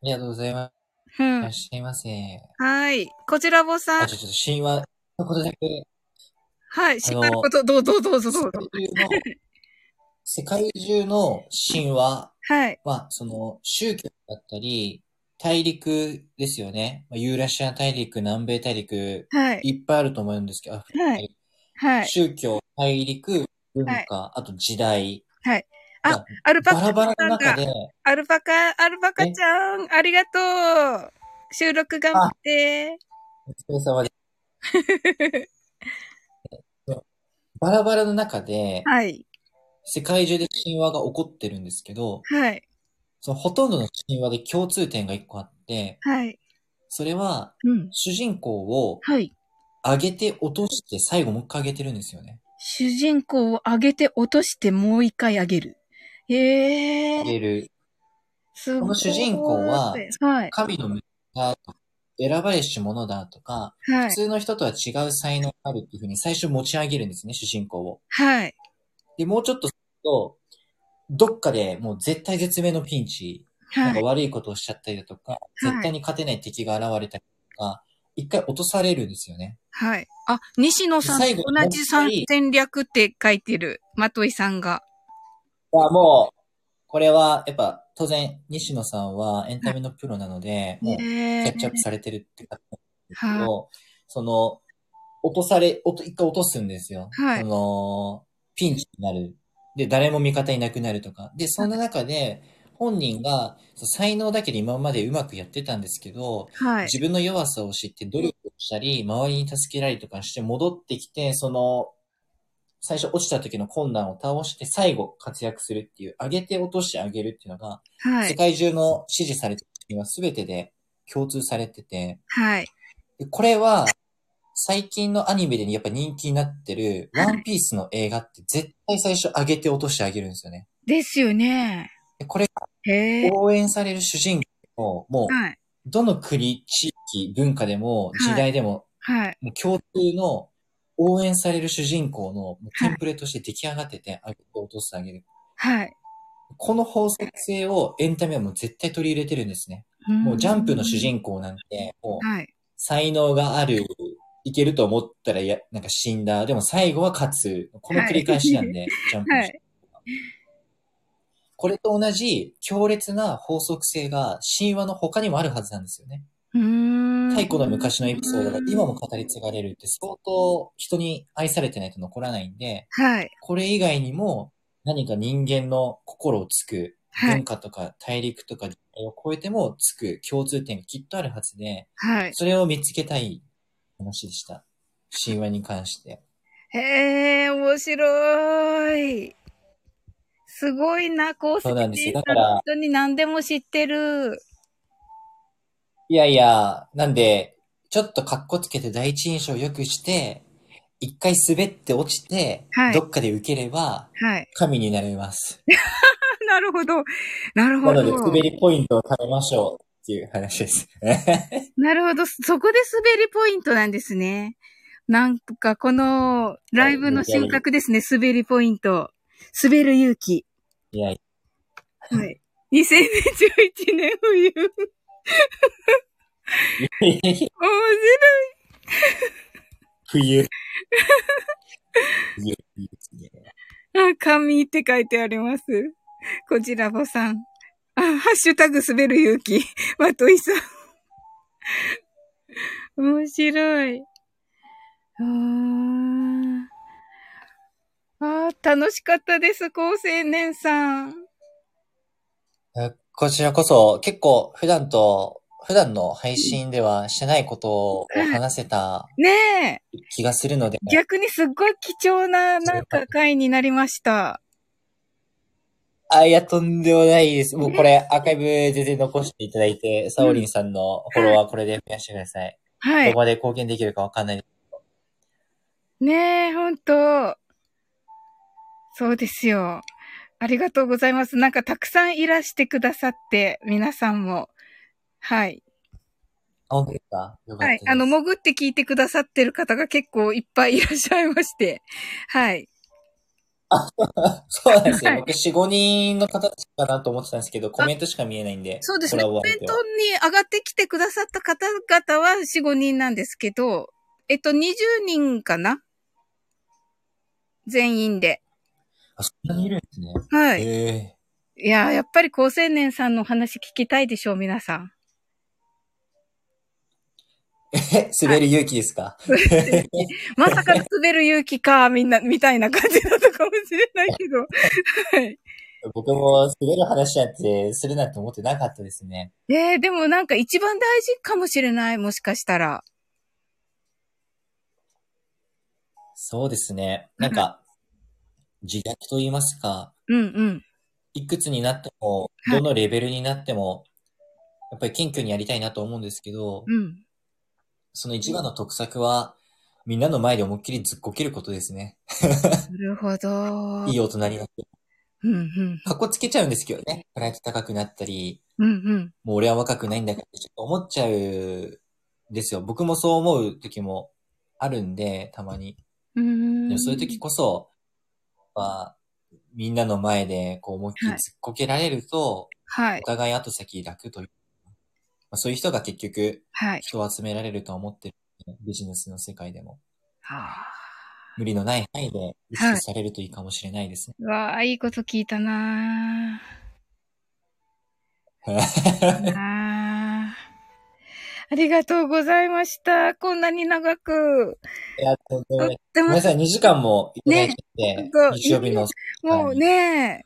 りがとうございます。
う
いら
ん
っ。しゃいませ。
はい。こちらぼさ
あ、
ん。
ちょ、ちょっと神話のことだけ、
はい。し
あの
まること、どうぞどうぞどうぞ。
世界中の、世界中の神話
はい。
は、その、宗教だったり、大陸ですよね。まあユーラシア大陸、南米大陸、
はい。
いっぱいあると思うんですけど、あ
はい。はい。
宗教、大陸、文化、あと時代。
はい。
まあ、
アルパ
バ
カ
ラバラ
さん
の中
が、
で、
アルパカ、アルパカちゃん、ありがとう。収録頑張って。
お疲れ様です。バラバラの中で、
はい。
世界中で神話が起こってるんですけど、
はい。
そのほとんどの神話で共通点が一個あって、
はい。
それは
うん。
主人公を
はい。
上げて落として最後もう一回上げてるんですよね。
主人公を上げて落としてもう一回上げる。へえー。
上げる。
すごい。
この主人公は
はい。
神の息子だとか、選ばれし者だとか、
は
普
い。
通の人とは違う才能があるっていうふうに最初持ち上げるんですね、主人公を。
はい。
で、もうちょっとすると、どっかでもう絶対絶命のピンチ、なん
は
か
い。
悪いことをしちゃったりだとか、絶対に勝てない敵が現れたりとか、一回落とされるんですよね。
はい。あ、西野さん
最
と
後
同じさん戦略って書いてる。まといさんが。
まあもう、これはやっぱ当然西野さんはエンタメのプロなので、もうキ
へ
ャ
え
ッチアップされてるって方なんですけど、その、落とされ、おと一回落とすんですよ。
はい
その、ピンチになる。で、誰も味方いなくなるとか。で、そんな中で、本人が、そう才能だけで今までうまくやってたんですけど、
はい。
自分の弱さを知って努力をしたり、周りに助けられたりとかして戻ってきて、その、最初落ちた時の困難を倒して、最後活躍するっていう、上げて落として上げるっていうのが、
は
世
い。
界中の支持されてる国は全てで共通されてて、
はい。
でこれは最近のアニメでやっぱ人気になってるワンピースの映画って絶対最初上げて落としてあげるんですよね。
ですよね。
でこれ
へえ。
応援される主人公も、もう
はい。
どの国、地域、文化でも
はい
時代でも
はい。
もう共通の応援される主人公のもうテンプレとして出来上がってて上げて落としてあげる。
はい。
この法則性をエンタメはもう絶対取り入れてるんですね。もうジャンプの主人公なんて、もう
公。はい。
才能がある、いけると思ったらや、なんか死んだ。でも最後は勝つ。この繰り返しなんで、ジャンプの
は
人
い。
これと同じ強烈な法則性が神話の他にもあるはずなんですよね。
うーん。
太古の昔のエピソードが今も語り継がれるって相当人に愛されてないと残らないんで、
はい。
これ以外にも何か人間の心をつく
はい
文。化とか大陸とか時代を超えてもつく共通点がきっとあるはずで、
はい。
それを見つけたい話でした。神話に 関して。
へえ、面白い。すごいな、こう
そうなんです
先
よ
生
だから
本当に何でも知ってる。
いやいや、なんで、ちょっと格好つけて第一印象を良くして、一回滑って落ちて、
はい
どっかで受ければ、
はい。
神になれます。
なるほど。なる
な
ほ
ので、
ど
滑。りポイントを食べましょうっていう話です。
なるほど。そこで滑りポイントなんですね。なんか、このライブの収穫ですね。滑りポイント。滑る勇気。
いやい
はい。2011年 冬。面白い。
や、冬。冬いいですね
あ、神って書いてあります。こちらぼさん。あ、ハッシュタグ滑る勇気。 まといさん。面白い。あーあー、楽しかったです、高青年さん。
あこちらこそ、結構普段と、普段の配信ではしてないことを話せた
ねえ、
気がするので、
逆にすっごい貴重な、なんか回になりました。
あ、いや、とんでもないです。もうこれ、アーカイブ全然残していただいて、サオリンさんのフォロワーこれで増やしてください。
は
ど
い
こ。まで貢献できるかわかんない。
ねえ、ほんと。そうですよ。ありがとうございます。なんかたくさんいらしてくださって、皆さんも。はい。
あ、本当ですかよかった
は
で
い
す。。
あの、潜って聞いてくださってる方が結構いっぱいいらっしゃいまして。はい。
そうなんですよ。
はい
僕、4、5人の方かなと思ってたんですけど、コメントしか見えないんで。
そうですね。
フォロ
コメ
ワー相
ン
手
ト
は
に上がってきてくださった方々は4、5人なんですけど、えっと、20人かな全員で。
あ、そんなにいるんですね。
はい。
へえ。
いやー、やっぱり高青年さんのお話聞きたいでしょう、皆さん。
え、 滑る勇気ですか
まさか滑る勇気か、みんな、みたいな感じだったかもしれないけど。はい。
僕も滑る話なんてするなんて思ってなかったですね。
ねえ、でもなんか一番大事かもしれない、もしかしたら。
そうですね。なんか、自虐と言いますか、
うんうん。
いくつになっても、
はい
どのレベルになっても、やっぱり謙虚にやりたいなと思うんですけど、
うん。
その一番の得策は、みんなの前で思いっきりずっこけることですね。
なるほど。
いい大人になって。
うんうん。
かっこつけちゃうんですけどね。プライド高くなったり、
うんうん。
もう俺は若くないんだからちょっと思っちゃうんですよ。僕もそう思う時もあるんで、たまに。
うー
で
ん。
もそういう時こそ、まあ、みんなの前でこう思いっきりずっこけられると、
はい
お。互い後先楽という。まあ、そういう人が結局、
はい。
人を集められると思ってるんで、ビジネスの世界でも。
はあ
無理のない範囲で意識されるといいかもしれないですね。
うわあ、いいこと聞いたな あなあありがとうございました。こんなに長く。
いやとんでも
と
な
っ
い
て
ごめん
も
な、さい、2時間もいただいてて、
ね本当
日曜日の、
もうね、
うん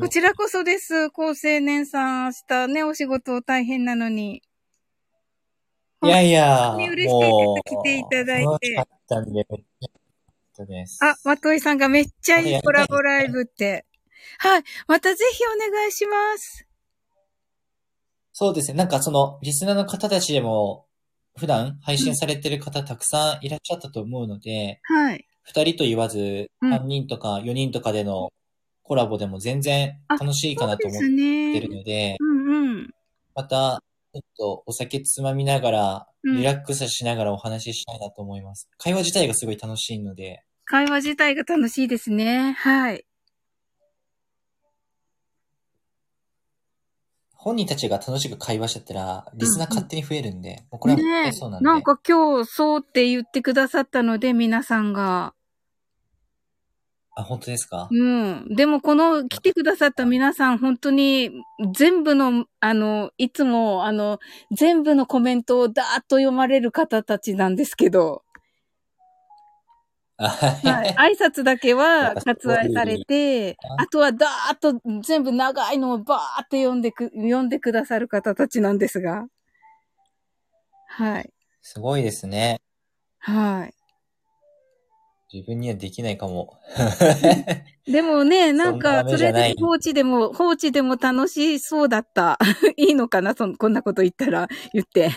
こちらこそです。高青年さん、明日ね、お仕事大変なのに。
いやいや、
本当に嬉しいです
もう
来ていただいて
楽しかったんで、めっちゃ良かったです。
あ、まといさんがめっちゃい
ま
い
た
コラ
やりたいですね
ボライブって。はい。またぜひお願いします。
そうですね。なんかその、リスナーの方たちでも、普段配信されてる方たくさんいらっしゃったと思うので、
はい。
二人と言わず、
うん
三人とか四人とかでのコラボでも全然楽しいかなと
で
思っ
す
て
ね
る。ので、
うんうん。
また、ちょっとお酒つまみながら、
うん
リラックスしながらお話ししたいなと思います。会話自体がすごい楽しいので、
会話自体が楽しいですね。はい。
本人たちが楽しく会話しちゃったら、リスナー勝手に増えるんで、もうこれは絶
ね
対そうなんで。
なんか今日そうって言ってくださったので、皆さんが。
あ、本当ですか
うん。でもこの来てくださった皆さん、本当に全部の、あの、いつも、あの、全部のコメントをダーッと読まれる方たちなんですけど、
あは。
はいい、挨拶だけは
なんかすごい
割愛されて、あとはダーッと全部長いのをバーッと読んでく、読んでくださる方たちなんですが。はい。
すごいですね。
はい。
自分にはできないかも。
でもね、なん
そん
か、
な
そ
目じゃ
れ
ない
で放置でも、放置でも楽しそうだった。 いいのかなそんこんなこと言ったら、言って。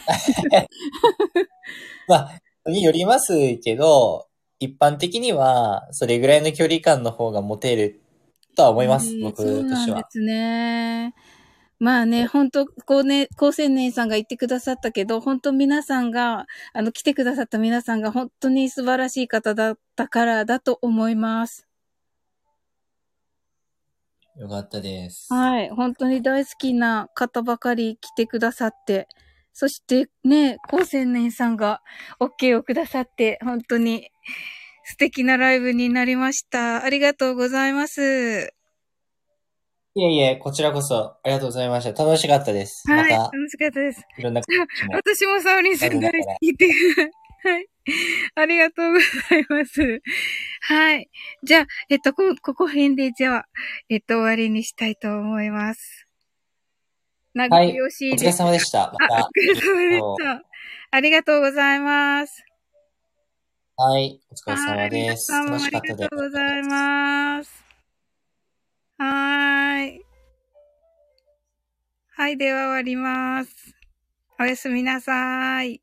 まあ、によりますけど、一般的には、それぐらいの距離感の方がモテるとは思います、
えー
僕
そう
と
なん
して
で
は。
すね。まあね、本当こうね、高青年さんが言ってくださったけど、本当皆さんが、あの、来てくださった皆さんが本当に素晴らしい方だったからだと思います。
よかったです。
はい。本当に大好きな方ばかり来てくださって、そしてね、高専年さんが OK をくださって、本当に素敵なライブになりました。ありがとうございます。
いえいえ、こちらこそありがとうございました。楽しかったです。
はい。
また
楽、しかったです。
いろんな形も。
私もサオリンさん大好きって。はい。ありがとうございます。はい。じゃあ、えっと、こ、ここ辺で、じゃあ、えっと、終わりにしたいと思います。長
はい
よし
お
い
疲
で
れ
す。
様でした。ま
あ、
た
お。疲れ様でした。ありがとうございます。
はい。お疲れ
は
様
い、皆
です。
さんも
楽
あ
し
り
かった
が
です。
とうございます。はーい。はい、では終わります。おやすみなさーい。